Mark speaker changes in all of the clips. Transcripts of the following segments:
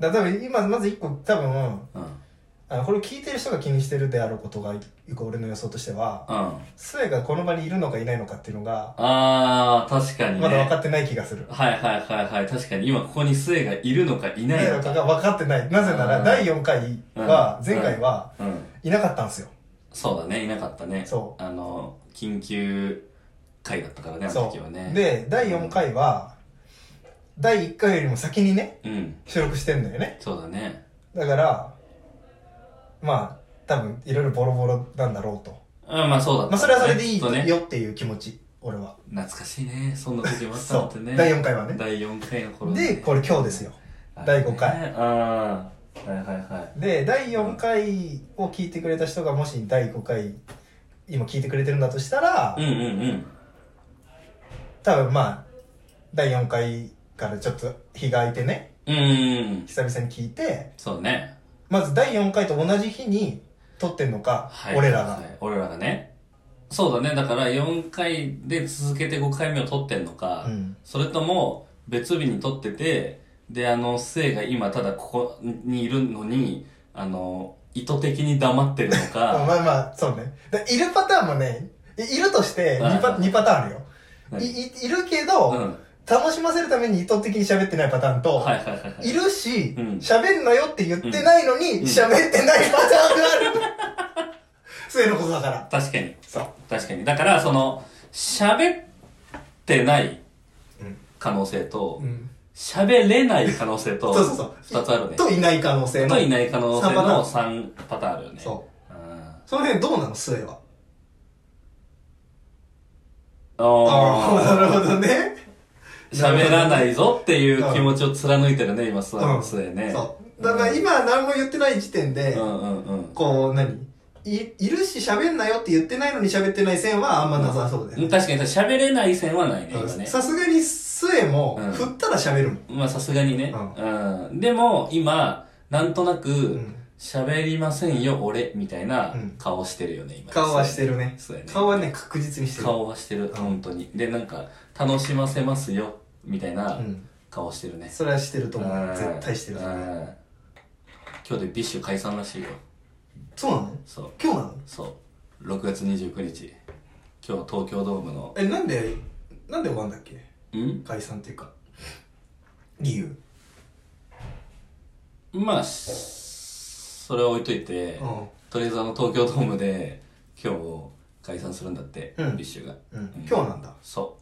Speaker 1: だから多分今まず一個多分
Speaker 2: うんうん
Speaker 1: あのこれ聞いてる人が気にしてるであろうことが一個俺の予想としては
Speaker 2: あ
Speaker 1: スエがこの場にいるのかいないのかっていうのが
Speaker 2: あー確かにね
Speaker 1: まだ分かってない気がする、
Speaker 2: はいはいはいはい確かに今ここに末がいるのかい
Speaker 1: い
Speaker 2: な
Speaker 1: ないい
Speaker 2: の
Speaker 1: のか
Speaker 2: か
Speaker 1: が分かってないなぜな
Speaker 2: う
Speaker 1: ら
Speaker 2: ん
Speaker 1: 第4回は
Speaker 2: うん
Speaker 1: 前回は
Speaker 2: うん
Speaker 1: いなかったんですよ
Speaker 2: そうだねいなかったね
Speaker 1: そう
Speaker 2: あの緊急回だったからねあの
Speaker 1: そ
Speaker 2: 時はね
Speaker 1: うで第4回は第1回よりも先にね
Speaker 2: うん
Speaker 1: 収録してんだよね
Speaker 2: そうだね
Speaker 1: だからまあ多分いろいろボロボロなんだろうと
Speaker 2: うんまあそうだった、
Speaker 1: まあそれはそれでい
Speaker 2: きっと
Speaker 1: い
Speaker 2: ね
Speaker 1: よっていう気持ち俺は
Speaker 2: 懐かしいねそんな時もあったの
Speaker 1: そ
Speaker 2: ってね
Speaker 1: う第4回はね
Speaker 2: 第4回の頃ね
Speaker 1: でこれ今日ですよ第五回
Speaker 2: あれねあーはいはいはい
Speaker 1: で第4回を聞いてくれた人がもし第5回今聞いてくれてるんだとしたら、
Speaker 2: うんうんうん
Speaker 1: 多分まあ第4回からちょっと日が空いてね
Speaker 2: うんうんうん
Speaker 1: 久々に聞いて
Speaker 2: そうね
Speaker 1: まず第4回と同じ日に撮ってんのか、
Speaker 2: はい
Speaker 1: 俺らが、
Speaker 2: はい俺らがねそうだねだから4回で続けて5回目を撮ってんのか、
Speaker 1: うん
Speaker 2: それとも別日に撮っててであの生が今ただここにいるのにあの意図的に黙ってるの
Speaker 1: まあ
Speaker 2: か
Speaker 1: まあまあそうねでいるパターンもねいいるとして
Speaker 2: はい
Speaker 1: 2, パ二パターンあるよい
Speaker 2: 何
Speaker 1: いいるけど、
Speaker 2: うんはい
Speaker 1: 楽しませるために意図的に喋ってないパターンと、
Speaker 2: はいはいはい
Speaker 1: いるし
Speaker 2: うん、
Speaker 1: 喋、んなよって言ってないの
Speaker 2: うん
Speaker 1: に、喋、ってないパターンがある。 そういうのことだから。
Speaker 2: 確かに
Speaker 1: そう。
Speaker 2: 確かにだからその喋ってない
Speaker 1: うん
Speaker 2: 可能性と
Speaker 1: うん。
Speaker 2: 喋れない可能性 と
Speaker 1: そうそうそう。
Speaker 2: 2つあるね
Speaker 1: といない可能性の。
Speaker 2: といない可能性
Speaker 1: 三パター
Speaker 2: の
Speaker 1: ン
Speaker 2: 3パターンあるよね
Speaker 1: そう
Speaker 2: あ
Speaker 1: その辺どうなの末は。ああ、な
Speaker 2: あ
Speaker 1: るほどね。
Speaker 2: 喋らないぞっていう気持ちを貫いてるね今スワローズでね、
Speaker 1: そう。だから今何も言ってない時点で、
Speaker 2: うんうんうん
Speaker 1: こう何、い、いるし喋んなよって言ってないのに喋ってない線はあんまなさそうだよ
Speaker 2: うん
Speaker 1: ね。
Speaker 2: 確かに喋れない線はないね今ね
Speaker 1: さすがに末も
Speaker 2: うん、
Speaker 1: 振ったら喋るもん。
Speaker 2: まあさすがにね、
Speaker 1: う
Speaker 2: うんでも今なんとな
Speaker 1: う
Speaker 2: く
Speaker 1: ん
Speaker 2: 喋りませんよ俺みたいな
Speaker 1: うん
Speaker 2: 顔してるよね今
Speaker 1: 顔はしてるね。
Speaker 2: そうやね
Speaker 1: 顔はね、確実にしてる。
Speaker 2: 顔はしてる、本当にでなんか楽しませますよみたいな
Speaker 1: うん。
Speaker 2: 顔してるね、
Speaker 1: それはしてると思
Speaker 2: う
Speaker 1: う。
Speaker 2: ん
Speaker 1: 絶対してる
Speaker 2: う。ん今日でビッシュ解散らしいよ
Speaker 1: そうなの
Speaker 2: そう
Speaker 1: 今日なの
Speaker 2: そう6月29日今日東京ドームの
Speaker 1: え、なんで、なんで終わんだっけ
Speaker 2: ん
Speaker 1: 解散っていうか。理由。
Speaker 2: まあしそれは置いといて、
Speaker 1: うん。
Speaker 2: とりあえずあの東京ドームで今日解散するんだって、
Speaker 1: うん
Speaker 2: ビッシュが
Speaker 1: うん。今日なんだ。
Speaker 2: そ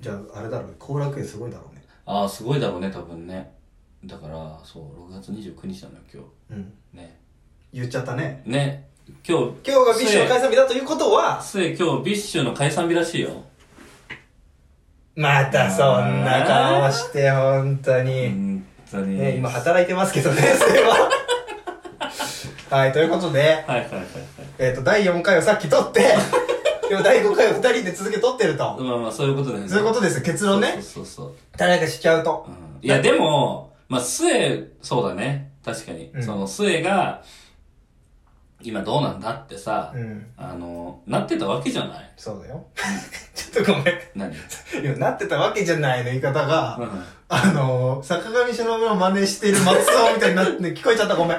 Speaker 2: う
Speaker 1: じゃあ、あれだろう。後楽園すごいだろうね。
Speaker 2: ああすごいだろうね多分ねだからそう6月29日なのよ今
Speaker 1: うん。
Speaker 2: 日ね
Speaker 1: 言っちゃったね。
Speaker 2: ね今日
Speaker 1: 今日がビッシュの解散日だということは、
Speaker 2: つい今日ビッシュの解散日らしいよ
Speaker 1: またそんな顔して、本当に。
Speaker 2: 本当に
Speaker 1: ね、今働いてますけどね、 それは。はい、ということで、
Speaker 2: はいはいはいはい
Speaker 1: えっと、第4回をさっき撮 って、今日第5回を2人で続け撮ってると。
Speaker 2: まあまあそういうことだよね
Speaker 1: そういうことです結論ね。
Speaker 2: そうそうそう
Speaker 1: 誰かしちゃうと
Speaker 2: う。んいや、でも、まあ、末、そうだね。確かに。
Speaker 1: うん
Speaker 2: その、末が、今どうなんだってさ、
Speaker 1: うん。
Speaker 2: あの、なってたわけじゃない
Speaker 1: そうだよ。 ちょっとごめん。
Speaker 2: 何
Speaker 1: 今、なってたわけじゃないの言い方が、
Speaker 2: うん
Speaker 1: あのー、坂上忍を真似している松尾みたいになって聞こえちゃった。ごめん。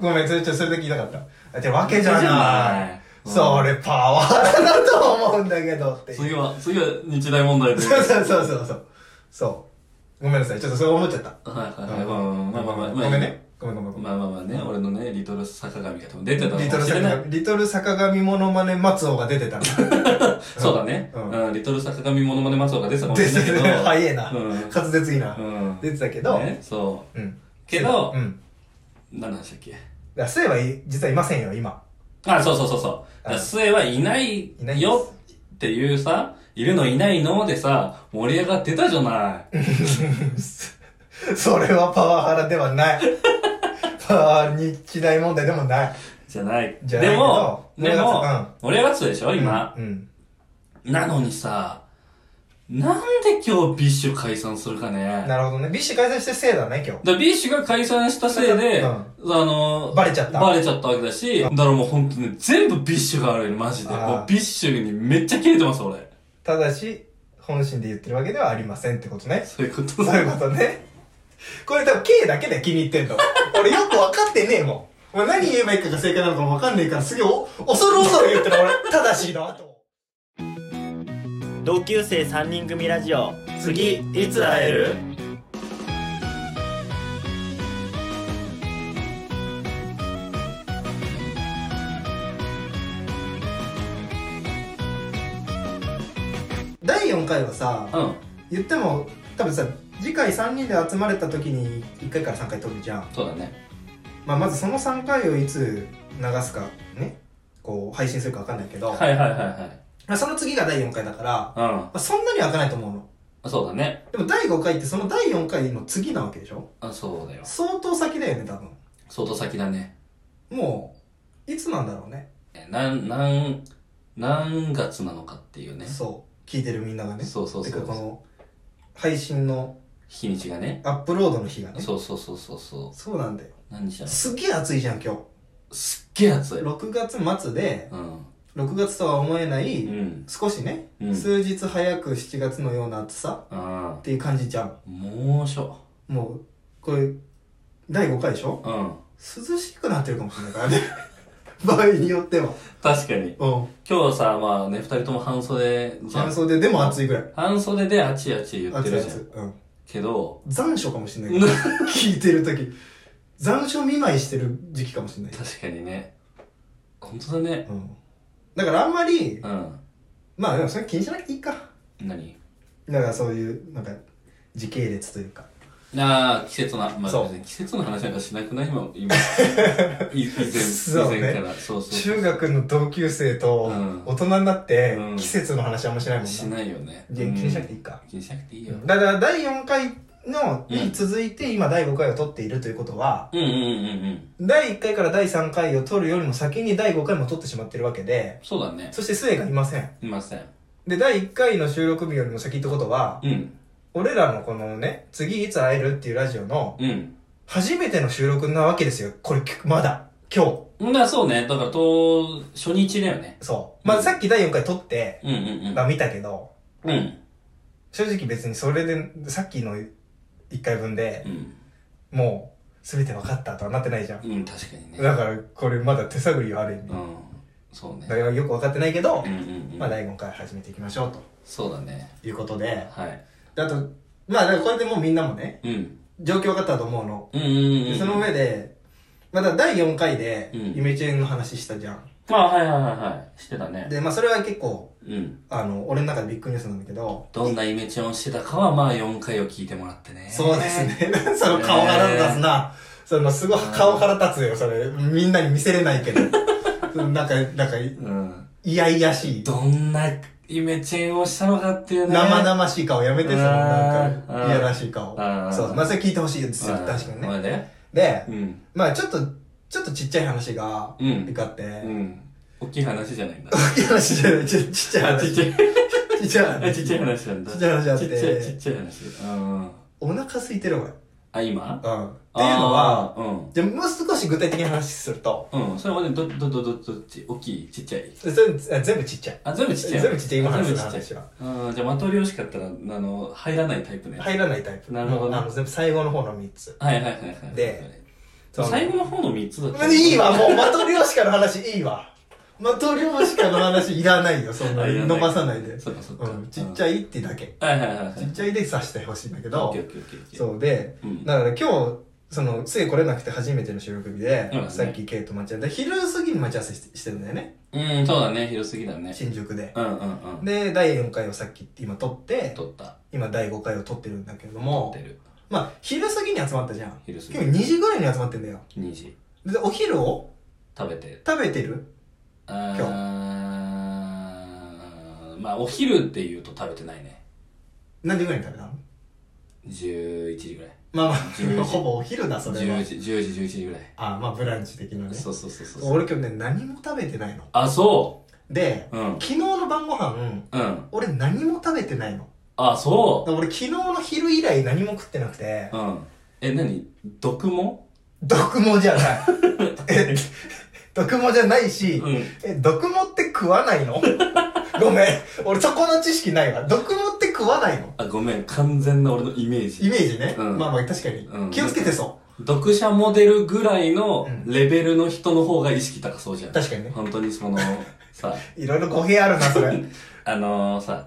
Speaker 1: ごめん、それちょっとそれだけ言いたかった。あじゃあわけじゃ
Speaker 2: じゃ
Speaker 1: な
Speaker 2: ない
Speaker 1: い。それパワーだなと思うんだけどっていう。
Speaker 2: 次は、次は日大問題で。
Speaker 1: そうそうそうそうそう。そう。ごめんなさい。ちょっとそれ思っちゃった。
Speaker 2: はいはいはい。まあまあまあまあまあ。
Speaker 1: ごめんね。ごめんごめんごめん。
Speaker 2: まあまあまあね、俺のね、リトル坂上が多分出てたのか
Speaker 1: リトル
Speaker 2: もしれ
Speaker 1: 坂
Speaker 2: ない。
Speaker 1: 上、リトル坂上モノマネ松尾が出てたんだ。
Speaker 2: そうだね。
Speaker 1: うん
Speaker 2: うん、リトル坂上モノマネ松尾が出てたかもし
Speaker 1: 出
Speaker 2: れないけ
Speaker 1: て
Speaker 2: ど。
Speaker 1: たね。早いな。
Speaker 2: う
Speaker 1: 滑舌いいな。
Speaker 2: ん。うん。
Speaker 1: 出てたけど、
Speaker 2: ね、そ
Speaker 1: うん。
Speaker 2: う。けど
Speaker 1: う、ん。
Speaker 2: 何なんでしたっけ
Speaker 1: だからスエはい実はいませんよ、今。
Speaker 2: あ、そうそうそうそう。だから末はいない
Speaker 1: いない
Speaker 2: よっていうさ、いるのいないのでさ、盛り上がってたじゃない。
Speaker 1: それはパワハラではない。 パワー日大問題でもない。
Speaker 2: じゃない。
Speaker 1: じゃないけ
Speaker 2: で
Speaker 1: ど
Speaker 2: も、で
Speaker 1: 盛り
Speaker 2: も
Speaker 1: 上がっ、
Speaker 2: 盛り上がってたでしょ、今。
Speaker 1: うん。
Speaker 2: なのにさ、なんで今日ビッシュ解散するかね。
Speaker 1: なるほどね。ビッシュ解散してせいだね、今日。
Speaker 2: だからビッシュが解散したせいで、
Speaker 1: うん
Speaker 2: あの、
Speaker 1: バレちゃった
Speaker 2: バレちゃったわけだし、だからもう本当に全部ビッシュがあるよね、マジで。
Speaker 1: あー
Speaker 2: もうビッシュにめっちゃ切れてます、俺。
Speaker 1: ただし、本心で言ってるわけではありませんってことね。
Speaker 2: そういうこと
Speaker 1: そういうことね。これ多分 K だけで気に入ってんの。俺よく分かってねえもん。俺何言えばいいかが正解なのかも分かんねえから、すげえお恐る恐る言ってる俺、正しいの、あと。
Speaker 3: 同級生3人組ラジオ次いつ会える
Speaker 1: 第4回はさ、
Speaker 2: うん。
Speaker 1: 言っても、多分さ、次回3人で集まれた時に1回から3回撮るじゃん。
Speaker 2: そうだね。
Speaker 1: まあ、まずその3回をいつ流すか、ね、こう、配信するか分かんないけど、
Speaker 2: はいはいはい
Speaker 1: まあその次が第4回だから、ま
Speaker 2: は
Speaker 1: あ、そんなには開かないと思うの。
Speaker 2: い。うん。そうだね。
Speaker 1: でも第5回ってその第4回の次なわけでしょ
Speaker 2: あ、そうだよ。
Speaker 1: 相当先だよね、多分。
Speaker 2: 相当先だね。
Speaker 1: もう、いつなんだろうね。
Speaker 2: えなん、なん、何月なのかっていうね。
Speaker 1: そう。聞いてるみんながね。
Speaker 2: そうそうそう
Speaker 1: てかこの、配信の
Speaker 2: 日にちがね。
Speaker 1: アップロードの日がね。
Speaker 2: そうそうそうそうそ
Speaker 1: そうなんだよ。
Speaker 2: う。何日だろ
Speaker 1: すげえ暑いじゃん、今日。
Speaker 2: うすっげえ暑い。う
Speaker 1: 6月末で、
Speaker 2: ん。
Speaker 1: 6月とは思えな
Speaker 2: う
Speaker 1: い、
Speaker 2: ん。
Speaker 1: 少しね、
Speaker 2: うん
Speaker 1: 数日早く7月のような暑さ
Speaker 2: あ
Speaker 1: っていう感じじゃん。
Speaker 2: あ。猛暑。
Speaker 1: もう、これ、第5回でしょ
Speaker 2: うん。
Speaker 1: 涼しくなってるかもしれない からね。場合によっては。
Speaker 2: 確かに。
Speaker 1: う
Speaker 2: 今日さ、まあね、二人とも半袖
Speaker 1: ん。
Speaker 2: じゃ
Speaker 1: 半
Speaker 2: ん。
Speaker 1: 袖でも暑いぐらい。
Speaker 2: 半袖であちあち言って
Speaker 1: 暑い
Speaker 2: るじ
Speaker 1: 暑
Speaker 2: ゃ
Speaker 1: い。
Speaker 2: ん。
Speaker 1: うん。
Speaker 2: けど、
Speaker 1: 残暑かもしれないけど 聞いてる時残暑見舞いしてる時期かもしれない、
Speaker 2: 確かにね。本当だね。
Speaker 1: うん、だからあんまり
Speaker 2: うん。
Speaker 1: まあでもそれ気にしなくていいか
Speaker 2: 何
Speaker 1: だからそういうなんか時系列というか
Speaker 2: ああ、季節の、ま
Speaker 1: そ
Speaker 2: あ、
Speaker 1: う
Speaker 2: 別に季節の話なんかしなくない今、 今。い以前、
Speaker 1: そうね
Speaker 2: 以前から。そうそうそう。
Speaker 1: 中学の同級生と
Speaker 2: うん
Speaker 1: 大人になって
Speaker 2: うん
Speaker 1: 季節の話あんましないもん
Speaker 2: しないよね。
Speaker 1: で
Speaker 2: うん
Speaker 1: 気にしなくていいか、
Speaker 2: 気にしなくていいよ。
Speaker 1: だから第4回の
Speaker 2: うん
Speaker 1: に続いて今第5回を撮っているということは、
Speaker 2: うんうんうんうん。
Speaker 1: 第1回から第3回を撮るよりも先に第5回も撮ってしまってるわけで
Speaker 2: そうだね。
Speaker 1: そして末がいません
Speaker 2: いません。
Speaker 1: で第1回の収録日よりも先ってことは
Speaker 2: うん。
Speaker 1: 俺らのこのね、次いつ会えるっていうラジオの
Speaker 2: うん。
Speaker 1: 初めての収録なわけですよ。これ、まだ。今日。
Speaker 2: だからそうね。だから、と、初日だよね。
Speaker 1: そう。ま
Speaker 2: う
Speaker 1: あ、
Speaker 2: ん
Speaker 1: さっき第4回撮って、
Speaker 2: うんうん
Speaker 1: まあ見たけど、
Speaker 2: うん。うん。
Speaker 1: 正直別にそれで、さっきの1回分で
Speaker 2: う、ん。
Speaker 1: もう、すべて分かったとはなってないじゃん。
Speaker 2: うん、確かにね。
Speaker 1: だから、これまだ手探りよ、ある意味。
Speaker 2: うん。そうね
Speaker 1: だ。からよく分かってないけど
Speaker 2: うん、うんうん。
Speaker 1: まあ、第5回始めていきましょう、と
Speaker 2: そうだね。
Speaker 1: いうことで。
Speaker 2: はい。
Speaker 1: であと、まあ、だからこれでもうみんなもね、
Speaker 2: うん。
Speaker 1: 状況分かったと思うの。
Speaker 2: うんうんう
Speaker 1: で
Speaker 2: ん。
Speaker 1: その上で、まだ第4回で、
Speaker 2: うん
Speaker 1: イメチェンの話したじゃん。
Speaker 2: まあ、はいはいはいはい。してたね。
Speaker 1: で、まあ、それは結構、
Speaker 2: うん。
Speaker 1: あの、俺の中でビッグニュースなんだけど、
Speaker 2: どんなイメチェンをしてたかは、まあ、4回を聞いてもらってね。
Speaker 1: そうです。ね。 その顔腹立つな。その、すごい顔腹立つよ、それ。みんなに見せれないけど。 そのなんか、なんか、い
Speaker 2: うん。
Speaker 1: やいやしい。
Speaker 2: どんなイメチェンをしたのかっていうね。
Speaker 1: 生々しい顔やめて、その、なん
Speaker 2: あ
Speaker 1: か、
Speaker 2: ー
Speaker 1: いやらしい顔
Speaker 2: あ。ー
Speaker 1: そう。まあ、それ聞いてほしいですよ、
Speaker 2: うん
Speaker 1: 確かに
Speaker 2: ま
Speaker 1: ね。
Speaker 2: あね。
Speaker 1: で
Speaker 2: う、ん。
Speaker 1: まあ、ちょっと、ちょっとちっちゃい話が、
Speaker 2: う
Speaker 1: 一
Speaker 2: ん。
Speaker 1: 個あって。
Speaker 2: う
Speaker 1: 大
Speaker 2: ん。大きい話じゃないんだ。
Speaker 1: きい話じゃない、ちょちっちゃい
Speaker 2: あ
Speaker 1: 話。
Speaker 2: ちっちゃい。
Speaker 1: ちっちゃい
Speaker 2: あ
Speaker 1: 話。
Speaker 2: ちっちゃい話なんだ。
Speaker 1: ちっちゃい話あって
Speaker 2: ちっちゃい、ちっちゃい話。うん。
Speaker 1: お腹空いてる、俺。うん。って
Speaker 2: あ、今
Speaker 1: いうのは、、
Speaker 2: あー
Speaker 1: じゃあもう少し具体的な話すると、
Speaker 2: うん。うん。それはね、ど、ど、ど、ど、どっち大きいちっちゃい
Speaker 1: それあ全部ちっちゃい。
Speaker 2: あ、全部ちっちゃい。
Speaker 1: 全部ちっちゃい、今
Speaker 2: あ
Speaker 1: 話
Speaker 2: 全
Speaker 1: す
Speaker 2: 部ちっち
Speaker 1: 話
Speaker 2: ゃい。
Speaker 1: は。
Speaker 2: うん。じゃあ、まとり惜しかったら、あの、入らないタイプね。
Speaker 1: 入らないタイプ。
Speaker 2: なるほどね
Speaker 1: あの、全部最後の方の3つ。
Speaker 2: はいはいはいはい。
Speaker 1: で、
Speaker 2: 最後の方の3つだった
Speaker 1: うんいいわ、もう、マトリョーシカの話いいわ。マトリョーシカの話いらないよ、そんな
Speaker 2: あい
Speaker 1: に
Speaker 2: らない
Speaker 1: 伸ばさないで。
Speaker 2: そっかそっか
Speaker 1: うん、ちっちゃいってだけ。
Speaker 2: はいはいはいはい。
Speaker 1: ちっちゃいで刺してほしいんだけ
Speaker 2: オッ
Speaker 1: ど
Speaker 2: ケー、オッケーオッケーオッケー
Speaker 1: そうで、
Speaker 2: うん
Speaker 1: だから今日、その、つい来れなくて初めての収録日で
Speaker 2: うん、
Speaker 1: さっきケイと待ち合わせ、昼過ぎに待ち合わせしてしてるんだよね。
Speaker 2: うん、そうだね。広すぎだね。
Speaker 1: 新宿で。
Speaker 2: うんうんうん。
Speaker 1: で、第4回をさっき今撮って、
Speaker 2: 撮った。
Speaker 1: 今第5回を撮ってるんだけれど
Speaker 2: 撮っ
Speaker 1: も
Speaker 2: て、る。
Speaker 1: まあ、昼過ぎに集まったじゃん。
Speaker 2: 昼過ぎ
Speaker 1: 今。日2時ぐらいに集まってんだよ。
Speaker 2: 2時。
Speaker 1: で、お昼を
Speaker 2: 食べて。
Speaker 1: 食べてる
Speaker 2: あー、まあ、お昼って言うと食べてないね。
Speaker 1: 何時ぐらいに食べたの
Speaker 2: 11時ぐらい。
Speaker 1: まあま
Speaker 2: 10
Speaker 1: あ、
Speaker 2: 時
Speaker 1: ほぼお昼だ、それは
Speaker 2: 10。時、10時、11時ぐらい。
Speaker 1: あまあ、ブランチ的なね。
Speaker 2: そうそうそうそう。
Speaker 1: 俺今日ね、何も食べてないの。
Speaker 2: あ、そ
Speaker 1: で、
Speaker 2: ううん。
Speaker 1: 昨日の晩ご飯、
Speaker 2: うん。
Speaker 1: 俺何も食べてないの。
Speaker 2: あ、
Speaker 1: だ
Speaker 2: そ
Speaker 1: から俺昨日の昼以来何も食ってなくて
Speaker 2: う、うん。え、何毒も
Speaker 1: 毒もじゃない。え、毒もじゃないし、
Speaker 2: うん。
Speaker 1: え、毒もって食わないのごめん。俺そこの知識ないわ。毒もって食わないの
Speaker 2: あ、ごめん、完全な俺のイメー
Speaker 1: イ
Speaker 2: ジ。
Speaker 1: メージね。
Speaker 2: うん
Speaker 1: まあまあ確かに。
Speaker 2: うん
Speaker 1: 気をつけてそ
Speaker 2: 読者モデルぐらいの
Speaker 1: うん
Speaker 2: レベルの人の方が意識高そうじゃ
Speaker 1: う。
Speaker 2: ん。
Speaker 1: 確かにね。
Speaker 2: 本当にその、さ、
Speaker 1: いろいろ語弊あるな、 それ。うん。
Speaker 2: あのーさ、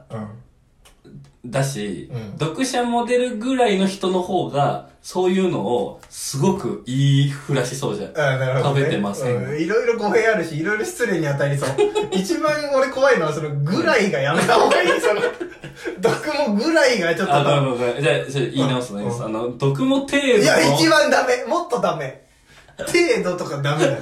Speaker 2: だし、
Speaker 1: うん
Speaker 2: 読者モデルぐらいの人の方が、そういうのをすごく言いふらしそうじゃ ん。
Speaker 1: あなるほど、ね。
Speaker 2: 食べてません
Speaker 1: ういろいろ語弊あるし、いろいろ失礼に当たり そう。一番俺怖いのは、その、ぐらいがやめた方がいい。 その、毒もぐらいがちょっと
Speaker 2: あ、ご
Speaker 1: ダ
Speaker 2: めんごめん。じゃあ、それ言い直すね。
Speaker 1: うん
Speaker 2: あの、毒も程度
Speaker 1: メ。
Speaker 2: の。
Speaker 1: いや、一番ダメ。もっとダメ。程度とかダメだ よ。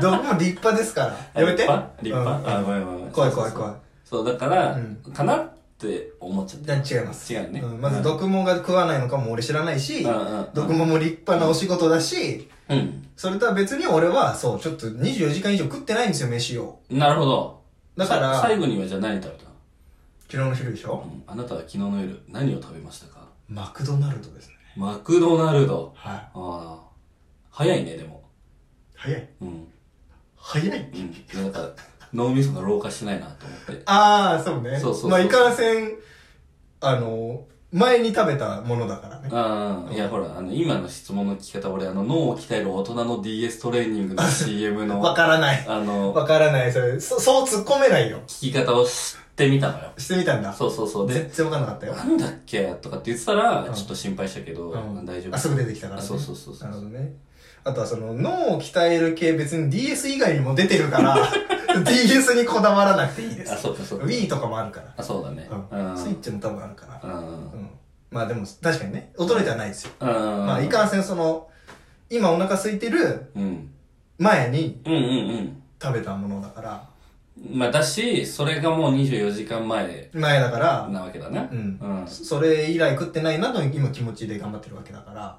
Speaker 1: 毒も立派ですから。やめて。
Speaker 2: あ立派立派、
Speaker 1: う
Speaker 2: あ、
Speaker 1: ん
Speaker 2: ごめんごめん。
Speaker 1: 怖い怖い怖い。
Speaker 2: そう、だから、
Speaker 1: うん
Speaker 2: かなって思っちゃった。
Speaker 1: だ違います。
Speaker 2: 違うね。
Speaker 1: んまず、毒もが食わないのかも俺知らないし
Speaker 2: うんうんうん、
Speaker 1: 毒もも立派なお仕事だし、
Speaker 2: うん。
Speaker 1: それとは別に俺は、そう、ちょっと24時間以上食ってないんですよ、飯を。
Speaker 2: なるほど。
Speaker 1: だから
Speaker 2: さ最後にはじゃあ何食べた
Speaker 1: 昨日の昼でしょ
Speaker 2: うんあなたは昨日の夜何を食べましたか
Speaker 1: マクドナルドですね。
Speaker 2: マクドナルド。
Speaker 1: はい。
Speaker 2: ああ。早いね、でも。
Speaker 1: 早い。
Speaker 2: うん。
Speaker 1: 早い
Speaker 2: うん。なんか、脳みそが老化してないなと思って。
Speaker 1: ああ、そうね。
Speaker 2: そうそうそう
Speaker 1: まあ、いかんせん、あの、前に食べたものだからね。
Speaker 2: ああ、いやほら、あの、今の質問の聞き方、俺、あの、脳を鍛える大人の DS トレーニングの CM の、
Speaker 1: わからない。
Speaker 2: あの、
Speaker 1: わからない。それ、そそう突っ込めないよ。
Speaker 2: 聞き方を知ってみたのよ。
Speaker 1: してみたんだ。
Speaker 2: そうそうそう。で、
Speaker 1: 全然わかんなかったよ
Speaker 2: な。んだっけとかって言ってたら
Speaker 1: う、ん
Speaker 2: ちょっと心配したけど、
Speaker 1: うん
Speaker 2: 大丈夫。
Speaker 1: あ、すぐ出てきたから、ね。
Speaker 2: あそうそうそうそう
Speaker 1: なるほどね。あとはその、脳を鍛える系別に DS 以外にも出てるから、DS にこだわらなくていいです
Speaker 2: あ、。そうかそうか。
Speaker 1: Wii とかもあるから。
Speaker 2: あ、そうだね。
Speaker 1: うん。スイッチ
Speaker 2: も。
Speaker 1: も多分あるから
Speaker 2: う。
Speaker 1: う
Speaker 2: ん。
Speaker 1: ん。まあでも、確かにね、衰えてはないですよ。
Speaker 2: うん。
Speaker 1: まあ、いかんせんその、今お腹空いてる
Speaker 2: うん。
Speaker 1: 前に
Speaker 2: うんうん
Speaker 1: 食べたものだから、
Speaker 2: うん。まあ、だし、それがもう24時間前
Speaker 1: 前だから、
Speaker 2: なわけだね。
Speaker 1: うん
Speaker 2: うん。
Speaker 1: そそれ以来食ってないなと今気持ちで頑張ってるわけだから、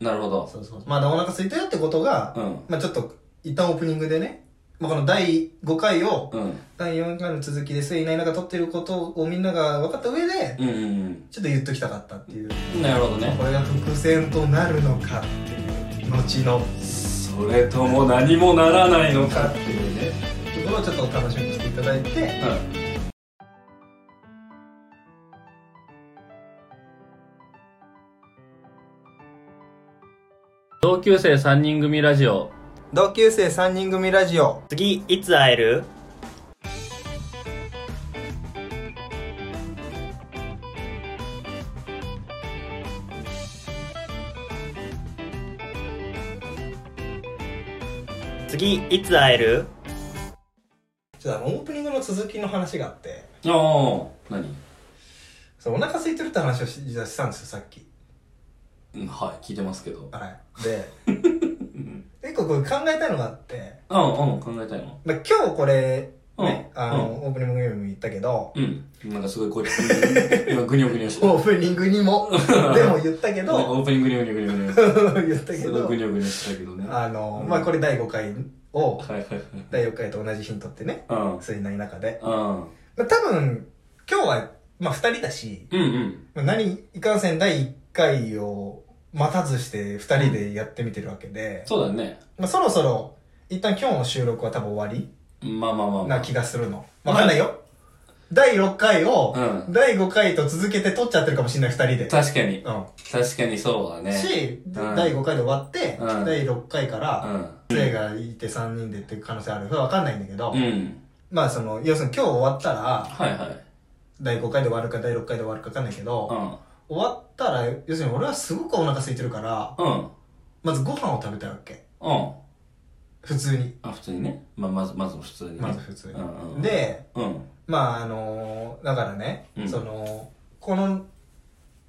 Speaker 2: なるほど。
Speaker 1: そうそう。まだお腹空いたよってことが、
Speaker 2: うん。
Speaker 1: まあちょっと、一旦オープニングでね、まあ、この第5回を、
Speaker 2: うん。
Speaker 1: 第4回の続きで末いない中撮ってることをみんなが分かった上で、
Speaker 2: うんうん
Speaker 1: ちょっと言っときたかったっていう。
Speaker 2: うん。なるほどね。
Speaker 1: これが伏線となるのかっていう、後の。
Speaker 2: それとも何もならないのかっていうね。
Speaker 1: ところをちょっとお楽しみにしていただいて、
Speaker 2: うん。同級生3人組ラジオ。
Speaker 1: 同級生3人組ラジオ、
Speaker 3: 次いつ会える次いつ会える
Speaker 1: ちょっとあのオープニングの続きの話があって、
Speaker 2: ああ、何
Speaker 1: そのお腹空いてるって話をし実はしたんですよ、さっき。
Speaker 2: うん、はい、聞いてますけど。
Speaker 1: はい。で、 結構これ考えたいのがあって、
Speaker 2: うん、うん、考えたいの。
Speaker 1: まあ、今日これ、ね、
Speaker 2: うん
Speaker 1: あの、オープニングにも言ったけど、
Speaker 2: うん。なんかすごいこう、 今、グニョグニョしてた。
Speaker 1: オープニングに も、でも言ったけ
Speaker 2: なんか
Speaker 1: ど、
Speaker 2: オープニンググニョグニョグニョグニョ。
Speaker 1: 言ったけ
Speaker 2: すごい
Speaker 1: ど
Speaker 2: グ、ニョグニョしてたけどね。は
Speaker 1: あの、
Speaker 2: うん
Speaker 1: まあ、これ第5回を
Speaker 2: い、はいはい。
Speaker 1: 第4回と同じヒントってね、
Speaker 2: うん。
Speaker 1: それない中で。
Speaker 2: うん。
Speaker 1: まあ、多分、今日は、まあ、2人だし、
Speaker 2: うんうん。
Speaker 1: まあ何、いかんせん第1回を待たずして2人でやってみてるわけで、
Speaker 2: そうだね。
Speaker 1: まあ、そろそろ、一旦今日の収録は多分終わり
Speaker 2: まあまあまあまあ。
Speaker 1: な気がするの。わかんないよ。第6回を、
Speaker 2: うん
Speaker 1: 第5回と続けて撮っちゃってるかもしれない、2人で。
Speaker 2: 確かに。
Speaker 1: う
Speaker 2: 確かにそうだ
Speaker 1: ん。
Speaker 2: ね。
Speaker 1: し、
Speaker 2: うん
Speaker 1: 第5回で終わって、
Speaker 2: うん
Speaker 1: 第6回か
Speaker 2: う
Speaker 1: ら、
Speaker 2: ん。
Speaker 1: 生がいて3人でっていう可能性ある。それはわかんないんだけど、
Speaker 2: うん。
Speaker 1: まあその、要するに今日終わったら、
Speaker 2: はいはい。
Speaker 1: 第5回で終わるか第6回で終わるかわかんないけど、
Speaker 2: う
Speaker 1: 終わったら、要するに俺はすごくお腹空いてるから、
Speaker 2: ん。うん。
Speaker 1: まずご飯を食べたいわけ。
Speaker 2: うん。
Speaker 1: 普通に。
Speaker 2: あ、普通にね。まあ、まず、まず普通にね。
Speaker 1: まず普通に。
Speaker 2: うんうん
Speaker 1: で、
Speaker 2: うん。
Speaker 1: まああのだからね、
Speaker 2: うん
Speaker 1: そのこの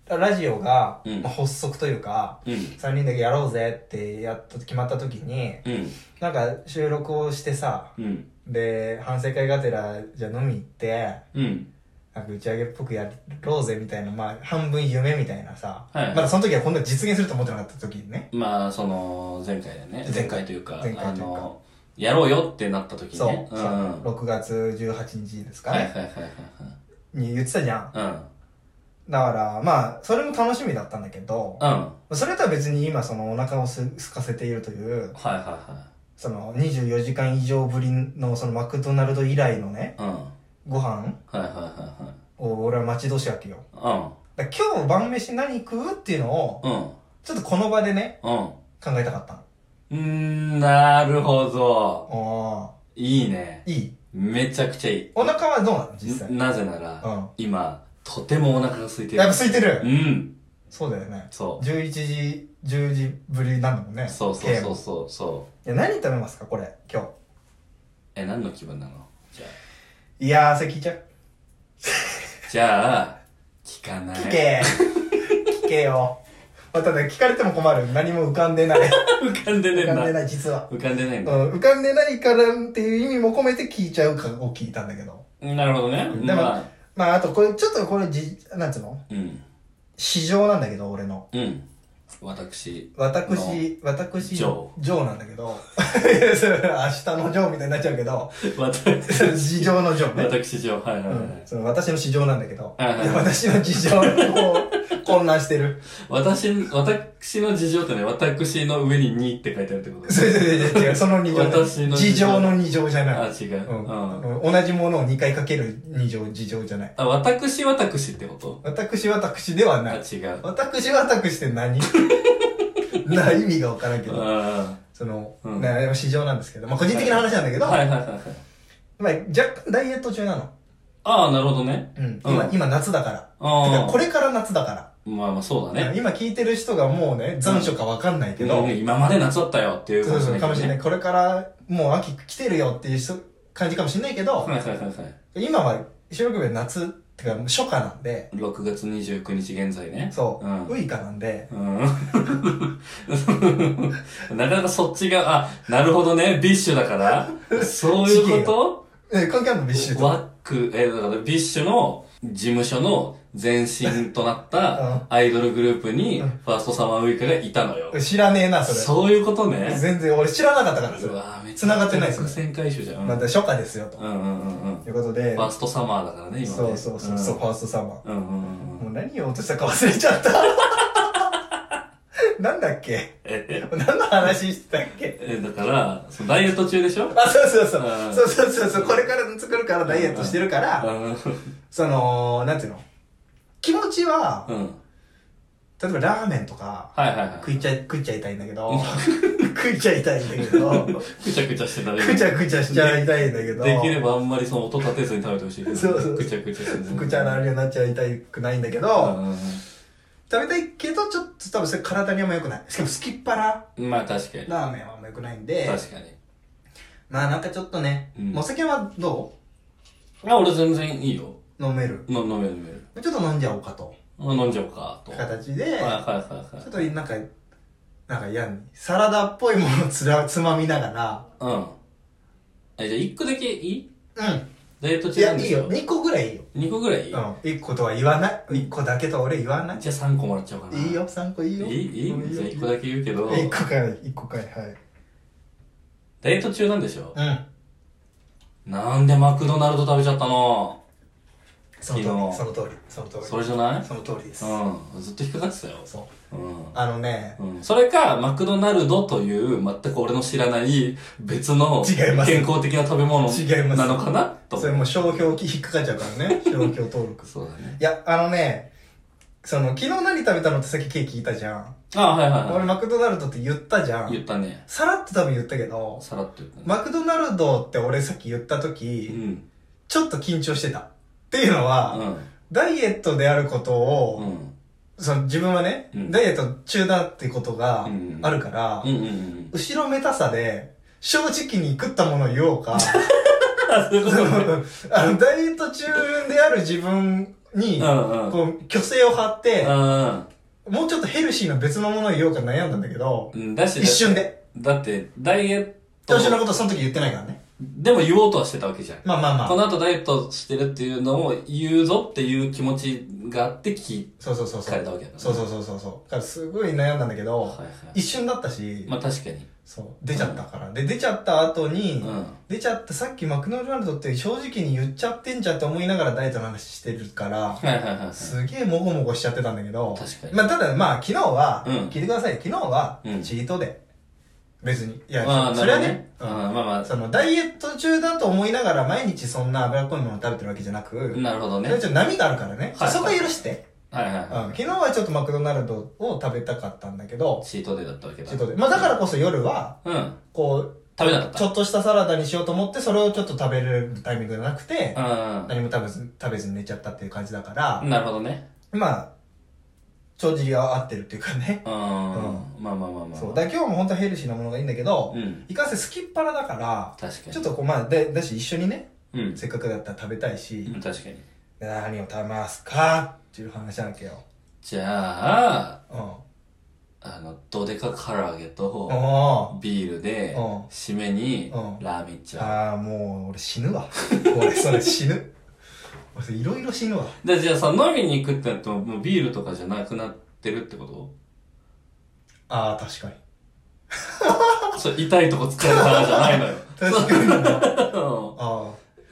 Speaker 1: ラジオが、
Speaker 2: うん
Speaker 1: まあ、発足というか
Speaker 2: うん。
Speaker 1: 3人だけやろうぜってやっと決まった時に
Speaker 2: うん。
Speaker 1: なんか収録をしてさ
Speaker 2: うん。
Speaker 1: で反省会がてらじゃあ飲み行って
Speaker 2: うん。
Speaker 1: なんか打ち上げっぽくやろうぜみたいなまあ半分夢みたいなさ、
Speaker 2: はい
Speaker 1: まだその時はこんな実現すると思ってなかった時にね
Speaker 2: まあ、その、前回だね。
Speaker 1: 前回
Speaker 2: 前回というか、
Speaker 1: 前回
Speaker 2: あ
Speaker 1: というか
Speaker 2: の、やろうよってなった時
Speaker 1: そう、
Speaker 2: ね。。
Speaker 1: そうん6月18日ですか
Speaker 2: はい
Speaker 1: ね、
Speaker 2: はいはい
Speaker 1: に言ってたじゃん
Speaker 2: はいはい。
Speaker 1: だからまあそれも楽しみだったんだけど、
Speaker 2: うん。うん。
Speaker 1: それとは別に今そのお腹をす空かせているという、
Speaker 2: はいは
Speaker 1: その24時間以上ぶりのそのマクドナルド以来のね、
Speaker 2: いはい。うん。
Speaker 1: ご飯
Speaker 2: はいはいはいはい。
Speaker 1: お俺は待ち遠しいわけよ。
Speaker 2: う
Speaker 1: だ
Speaker 2: ん。
Speaker 1: から今日晩飯何食うっていうのを、
Speaker 2: うん。
Speaker 1: ちょっとこの場でね、
Speaker 2: うん。
Speaker 1: 考えたかったの。
Speaker 2: うーん、なるほど。
Speaker 1: あ
Speaker 2: いいね。
Speaker 1: あ、いい。
Speaker 2: めちゃくちゃいい。
Speaker 1: お腹はどうなの実際。
Speaker 2: なぜなら、
Speaker 1: うん
Speaker 2: 今、とてもお腹が空いてる。
Speaker 1: やっぱ空いてる。
Speaker 2: うん。
Speaker 1: そうだよね。
Speaker 2: そう。
Speaker 1: 11時、10時ぶりなんだもんね。
Speaker 2: そうそうそうう。そう。そう
Speaker 1: いや、何食べますかこれ、今
Speaker 2: え、何の気分なのじゃ
Speaker 1: 日。いやー、それ聞いちゃう。
Speaker 2: あ。じゃあ、聞かない。
Speaker 1: 聞け。聞けよ。まあただ聞かれても困る。何も浮かんでない。
Speaker 2: 浮かんでね
Speaker 1: 浮
Speaker 2: えん
Speaker 1: かん
Speaker 2: だ
Speaker 1: で。ない、実は。
Speaker 2: 浮かんでない
Speaker 1: うんん、
Speaker 2: だ。
Speaker 1: 浮かんでないからっていう意味も込めて聞いちゃうかを聞いたんだけど。
Speaker 2: なるほどね。
Speaker 1: でも
Speaker 2: まあ、
Speaker 1: まあ、あとこれ、ちょっとこれ、じ、なんつうの
Speaker 2: うん。
Speaker 1: 市場なんだけど、俺の。
Speaker 2: うん。私、
Speaker 1: 私、私、
Speaker 2: ジョ
Speaker 1: ジョーなんだけど、 いやそれ明日のジョーみたいになっちゃうけど、
Speaker 2: 私、
Speaker 1: 市場のジョーね。
Speaker 2: 私上、はいは
Speaker 1: う
Speaker 2: いは
Speaker 1: ん
Speaker 2: い。
Speaker 1: その私の市場なんだけど、い
Speaker 2: はいはい
Speaker 1: や私の事情こう、混乱してる。
Speaker 2: 私、私の事情ってね、私の上に2って書いてあるってこと
Speaker 1: それそれそれ違うその二乗。
Speaker 2: 私の
Speaker 1: 事
Speaker 2: 事情
Speaker 1: 情の二乗じゃ
Speaker 2: あ、
Speaker 1: ない。
Speaker 2: 違う。
Speaker 1: う
Speaker 2: うんん。
Speaker 1: 同じものを2回かける二乗、事情じゃない。
Speaker 2: あ、私、私ってこと
Speaker 1: 私、私では
Speaker 2: あ、
Speaker 1: ない。
Speaker 2: 違う。
Speaker 1: 私、私って 何な、意味がわからんけど。
Speaker 2: あ
Speaker 1: その、
Speaker 2: うん
Speaker 1: ね、市場なんですけど、まあ個人的な話なんだけ
Speaker 2: ー
Speaker 1: ど、
Speaker 2: はいはいはいはい。
Speaker 1: まあ若干ダイエット中なの。
Speaker 2: ああ、なるほどね。
Speaker 1: うん。今、
Speaker 2: うん
Speaker 1: 今夏だから。て
Speaker 2: あ
Speaker 1: か
Speaker 2: あ。
Speaker 1: これから夏だか
Speaker 2: まあまあ、そうだ
Speaker 1: ら。
Speaker 2: ね。
Speaker 1: 今聞いてる人がもうね、残暑かわかんないけど、
Speaker 2: うん今まで夏だったよっていう
Speaker 1: そうそう、かもしれない。
Speaker 2: い。
Speaker 1: これからもう秋来てるよっていう人感じかもしれないけど、
Speaker 2: はいはいはいはい。
Speaker 1: 今は収録日は夏ってか初夏なんで、
Speaker 2: 6月29日現在ね。
Speaker 1: そう、
Speaker 2: うん
Speaker 1: ウイカなんで、
Speaker 2: うん。 なかなかそっちが、あ、なるほどね、ビッシュだから。そういうこ
Speaker 1: え関係あるのビッシュ
Speaker 2: と
Speaker 1: と。
Speaker 2: ワック、え、だからビッシュの事務所の前身となったアイドルグループに
Speaker 1: うん
Speaker 2: ファーストサマーウイカがいたのよ。
Speaker 1: 知らねえな、それ。
Speaker 2: そういうことね。
Speaker 1: 全然俺知らなかったから、そうれ。
Speaker 2: わめっちゃ
Speaker 1: 繋がってないですね
Speaker 2: 伏線回収じゃん。う
Speaker 1: ま
Speaker 2: ん
Speaker 1: た初夏ですよ、と。
Speaker 2: うんうんうん。
Speaker 1: ということで
Speaker 2: ファ、ーストサマーだからね、今
Speaker 1: そ
Speaker 2: ね。
Speaker 1: うそうそう、そうファーストサマー。
Speaker 2: うん。うんうんうん。
Speaker 1: もう何言おうとしたか忘れちゃった。 なんだっけ
Speaker 2: え、
Speaker 1: 何の話してたっけ
Speaker 2: え、だから、そのダイエット中でしょ
Speaker 1: あ、そうそうそう
Speaker 2: う。ん
Speaker 1: そうそうそうそう。これから作るからダイエットしてるから、
Speaker 2: う
Speaker 1: その、なんていうの気持ちは、
Speaker 2: ん。
Speaker 1: 例えばラーメンとか、
Speaker 2: はいはいはい。
Speaker 1: 食いちゃい、食っちゃいたいんだけ ど、食いちゃいたいんだけど、
Speaker 2: くちゃくちゃしてたね。
Speaker 1: くちゃくちゃしちゃいたいんだけど、
Speaker 2: できればあんまりその音立てずに食べてほしいけど。
Speaker 1: そうそう
Speaker 2: くちゃくちゃしてたね
Speaker 1: くちゃなるようになっちゃいたくないんだけ
Speaker 2: う
Speaker 1: ど、
Speaker 2: んうん
Speaker 1: 食べたいけど、ちょっと多分それ体にはも良くない。しかもすきっ腹
Speaker 2: うん。まあ確かに。
Speaker 1: ラーメンはあんま良くないんで、
Speaker 2: 確かに。
Speaker 1: まあなんかちょっとね、
Speaker 2: うん
Speaker 1: お酒はど
Speaker 2: あ、俺全然いいよ。
Speaker 1: う飲める。
Speaker 2: の飲める飲める。
Speaker 1: ちょっと飲んじゃおうかと。
Speaker 2: あ飲んじゃおうか、と。はい
Speaker 1: 形で、
Speaker 2: はいはいは
Speaker 1: ちょっとなんか、なんか嫌に、サラダっぽいものをつらつまみなが
Speaker 2: い。うん。え、じゃあ一個だけいい
Speaker 1: ら、うん。
Speaker 2: ダイエット中
Speaker 1: い
Speaker 2: な
Speaker 1: や、
Speaker 2: んで
Speaker 1: いい
Speaker 2: しょ
Speaker 1: よ。2個ぐらいいいよ。
Speaker 2: 2個ぐらいいい、
Speaker 1: うん。1個とは言わない。1個だけとは俺言わない。
Speaker 2: じゃあ3個もらっちゃおうかな。
Speaker 1: いい。よ、3個い
Speaker 2: い
Speaker 1: いよ。
Speaker 2: いいい
Speaker 1: うん
Speaker 2: じゃあ1個だけ言うけど、
Speaker 1: 一個かい、1個かい、はい。
Speaker 2: ダイエット中なんでしょ
Speaker 1: うん。
Speaker 2: なんでマクドナルド食べちゃったの
Speaker 1: その通り、その通り、その通り。
Speaker 2: それじゃない
Speaker 1: その通りです。
Speaker 2: うん。ずっと引っかかってたよ。
Speaker 1: そう。
Speaker 2: うん。
Speaker 1: あのね、
Speaker 2: うんそれか、マクドナルドという、全く俺の知らない、別の、
Speaker 1: 違います
Speaker 2: 健康的な食べ物
Speaker 1: 違います
Speaker 2: なのかなと。
Speaker 1: それもう商標き引っかかっちゃうから ね。商標登録。
Speaker 2: そうだね。
Speaker 1: いや、あのね、その、昨日何食べたのってさっきケーキ聞いたじゃん。
Speaker 2: あはいはい
Speaker 1: 俺
Speaker 2: は
Speaker 1: マクドナルドって言ったじゃ
Speaker 2: い。言
Speaker 1: ん。
Speaker 2: ったね。
Speaker 1: さらっと多分言ったけど、
Speaker 2: さらっと言ったね。
Speaker 1: マクドナルドって俺さっき言った
Speaker 2: う
Speaker 1: 時、
Speaker 2: ん。
Speaker 1: ちょっと緊張してた。っていうのは、
Speaker 2: う
Speaker 1: ダイエットであること
Speaker 2: ん。う
Speaker 1: を、
Speaker 2: ん。
Speaker 1: その自分はね、
Speaker 2: うん
Speaker 1: ダイエット中だってことが
Speaker 2: うん
Speaker 1: あるから、
Speaker 2: うんうんうん。
Speaker 1: 後ろめたさで、正直に食ったものを言おう か、
Speaker 2: あ、そういうこ
Speaker 1: そ
Speaker 2: と
Speaker 1: の
Speaker 2: ね。
Speaker 1: あの、ダイエット中である自分に
Speaker 2: う、んうん。
Speaker 1: こう、虚勢を張って、
Speaker 2: うん
Speaker 1: もうちょっとヘルシーな別のものを言おうか悩んだんだけど、
Speaker 2: うん。だし、
Speaker 1: 一瞬で。
Speaker 2: だって、ダイエット
Speaker 1: 調子のことはその時言ってないからね。
Speaker 2: でも言おうとはしてたわけじゃん。
Speaker 1: まあまあま
Speaker 2: こ
Speaker 1: あ。
Speaker 2: の後ダイエットしてるっていうのを言うぞっていう気持ちがあって聞
Speaker 1: そうそうそうそ
Speaker 2: かれ
Speaker 1: う。
Speaker 2: たわけだから
Speaker 1: そうそうそうそうそう。だからすごい悩んだんだけど、
Speaker 2: はいはい
Speaker 1: 一瞬だったし、
Speaker 2: まあ確かに。
Speaker 1: そう、出ちゃったから。で、出ちゃった後に、
Speaker 2: うん。
Speaker 1: 出ちゃった、さっきマクドナルドって正直に言っちゃってんじゃんって思いながらダイエットの話してるから、
Speaker 2: はいはいはいはい。
Speaker 1: すげえもごもごしちゃってたんだけど、
Speaker 2: 確かに
Speaker 1: まあただまあ昨日は、
Speaker 2: うん
Speaker 1: 聞いてください。昨日は
Speaker 2: うん
Speaker 1: チートで、別に。いや、
Speaker 2: まあ、
Speaker 1: そ
Speaker 2: な
Speaker 1: れは
Speaker 2: るほどね
Speaker 1: ね。。
Speaker 2: う
Speaker 1: うんん
Speaker 2: まあま
Speaker 1: その、ダイエット中だと思いながら毎日そんな脂っこいものを食べてるわけじゃなく、
Speaker 2: あ、なるほどね
Speaker 1: それ。ちょっと波があるからね。
Speaker 2: はい
Speaker 1: そこは許して。
Speaker 2: はいはい
Speaker 1: うん。
Speaker 2: は
Speaker 1: 昨日はちょっとマクドナルドを食べたかったんだけど
Speaker 2: い。、チートデイだったわけだ。
Speaker 1: ちょっとでまあだからこそ夜は、
Speaker 2: うん。
Speaker 1: こう、
Speaker 2: 食べなかった。
Speaker 1: ちょっとしたサラダにしようと思って、それをちょっと食べれるタイミングがなくて、
Speaker 2: う
Speaker 1: 何も食べず、食べずに寝ちゃったっていう感じだから
Speaker 2: ん。、なるほどね。
Speaker 1: まあ、帳尻は合ってるっていうかね。
Speaker 2: うん。まあまあまあまあ。
Speaker 1: そう。だから今日も本当はヘルシーなものがいいんだけど、
Speaker 2: うん。
Speaker 1: いかんせん好きっ腹だから、
Speaker 2: 確かに。
Speaker 1: ちょっとこう、まあ、で、だし一緒にね、
Speaker 2: うん。
Speaker 1: せっかくだったら食べたいし、
Speaker 2: うん確かに。
Speaker 1: 何を食べますかっていう話なわけよ。
Speaker 2: じゃあ、
Speaker 1: うん。
Speaker 2: あの、どでか唐揚げと、
Speaker 1: お
Speaker 2: ビールで
Speaker 1: うん、
Speaker 2: 締めに
Speaker 1: うん、
Speaker 2: ラーメンいっち
Speaker 1: ーあ
Speaker 2: ゃう。
Speaker 1: あ、もう、俺死ぬ わ。俺、それ死ぬ。俺、それいろいろ死ぬわ。
Speaker 2: でじゃあさ、飲みに行くってなっても、もうビールとかじゃなくなってるってこ
Speaker 1: ああ、確かに。
Speaker 2: とそう、痛いとこ疲れたらじゃないのよ。
Speaker 1: 確かにな。
Speaker 2: う
Speaker 1: あ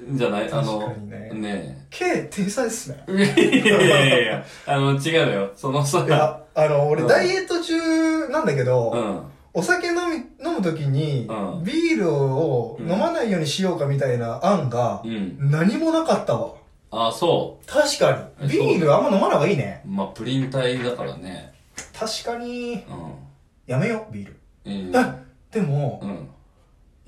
Speaker 1: あ、
Speaker 2: んじゃないあ
Speaker 1: 確
Speaker 2: の
Speaker 1: か、にね。
Speaker 2: ね
Speaker 1: け天才っすね。
Speaker 2: え。いやいやいや、あの、違うよ。その
Speaker 1: い
Speaker 2: さ、
Speaker 1: や、あの、俺、
Speaker 2: うん
Speaker 1: ダイエット中なんだけど、
Speaker 2: うん。
Speaker 1: お酒飲み、飲むときに、
Speaker 2: うん
Speaker 1: ビールを飲まないようにしようかみたいな案が、
Speaker 2: うん。
Speaker 1: 何もなかったわ。
Speaker 2: あ、そ
Speaker 1: 確かに。
Speaker 2: えそう
Speaker 1: ビールあんま飲まない方がいいね。
Speaker 2: う。まあ、プリン体だからね。
Speaker 1: 確かに。
Speaker 2: う
Speaker 1: やめよう、ビール。
Speaker 2: ん。いい
Speaker 1: あでも、
Speaker 2: うん。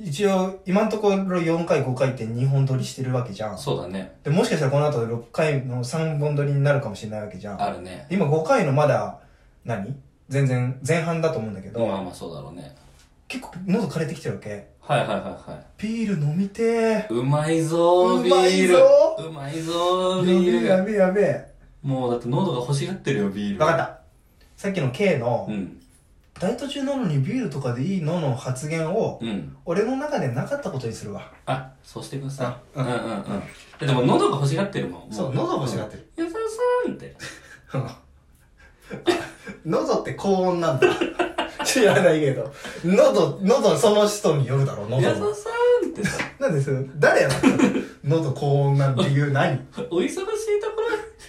Speaker 1: 一応、今のところ4回、5回って2本撮りしてるわけじゃん。
Speaker 2: そうだね。
Speaker 1: で、もしかしたらこの後6回の3本撮りになるかもしれないわけじゃん。
Speaker 2: あるね。
Speaker 1: 今5回のまだ何、全然、前半だと思うんだけど、
Speaker 2: まあまあ、そうだろうね。
Speaker 1: 結構喉枯れてきてるわけ。
Speaker 2: はいはいはいはい。
Speaker 1: ビール飲みてー。
Speaker 2: うまいぞー、ビール。うまいぞー、ビー
Speaker 1: や
Speaker 2: ル。
Speaker 1: べえやべえや
Speaker 2: もうだって喉が欲しがってるよ、ビ
Speaker 1: べ
Speaker 2: ー
Speaker 1: え。
Speaker 2: ル。
Speaker 1: わかった。さっきの K の、
Speaker 2: うん。
Speaker 1: ダイエット中なのにビールとかでいいのの発言を、
Speaker 2: うん。
Speaker 1: 俺の中でなかったことにするわ。
Speaker 2: あ、そうしてください。う
Speaker 1: あ
Speaker 2: んうんうん。えでも喉が欲しがってるもん。
Speaker 1: そう、
Speaker 2: も
Speaker 1: 喉欲しがってる。
Speaker 2: ゆずさんって。
Speaker 1: 喉って高音なんだ。 知らないけど。喉、喉、その人によるだろう、
Speaker 2: ゆず
Speaker 1: 喉の。
Speaker 2: さんってさ、
Speaker 1: なんでそれ、誰やろ 喉高音なんていう何
Speaker 2: お忙しいところ、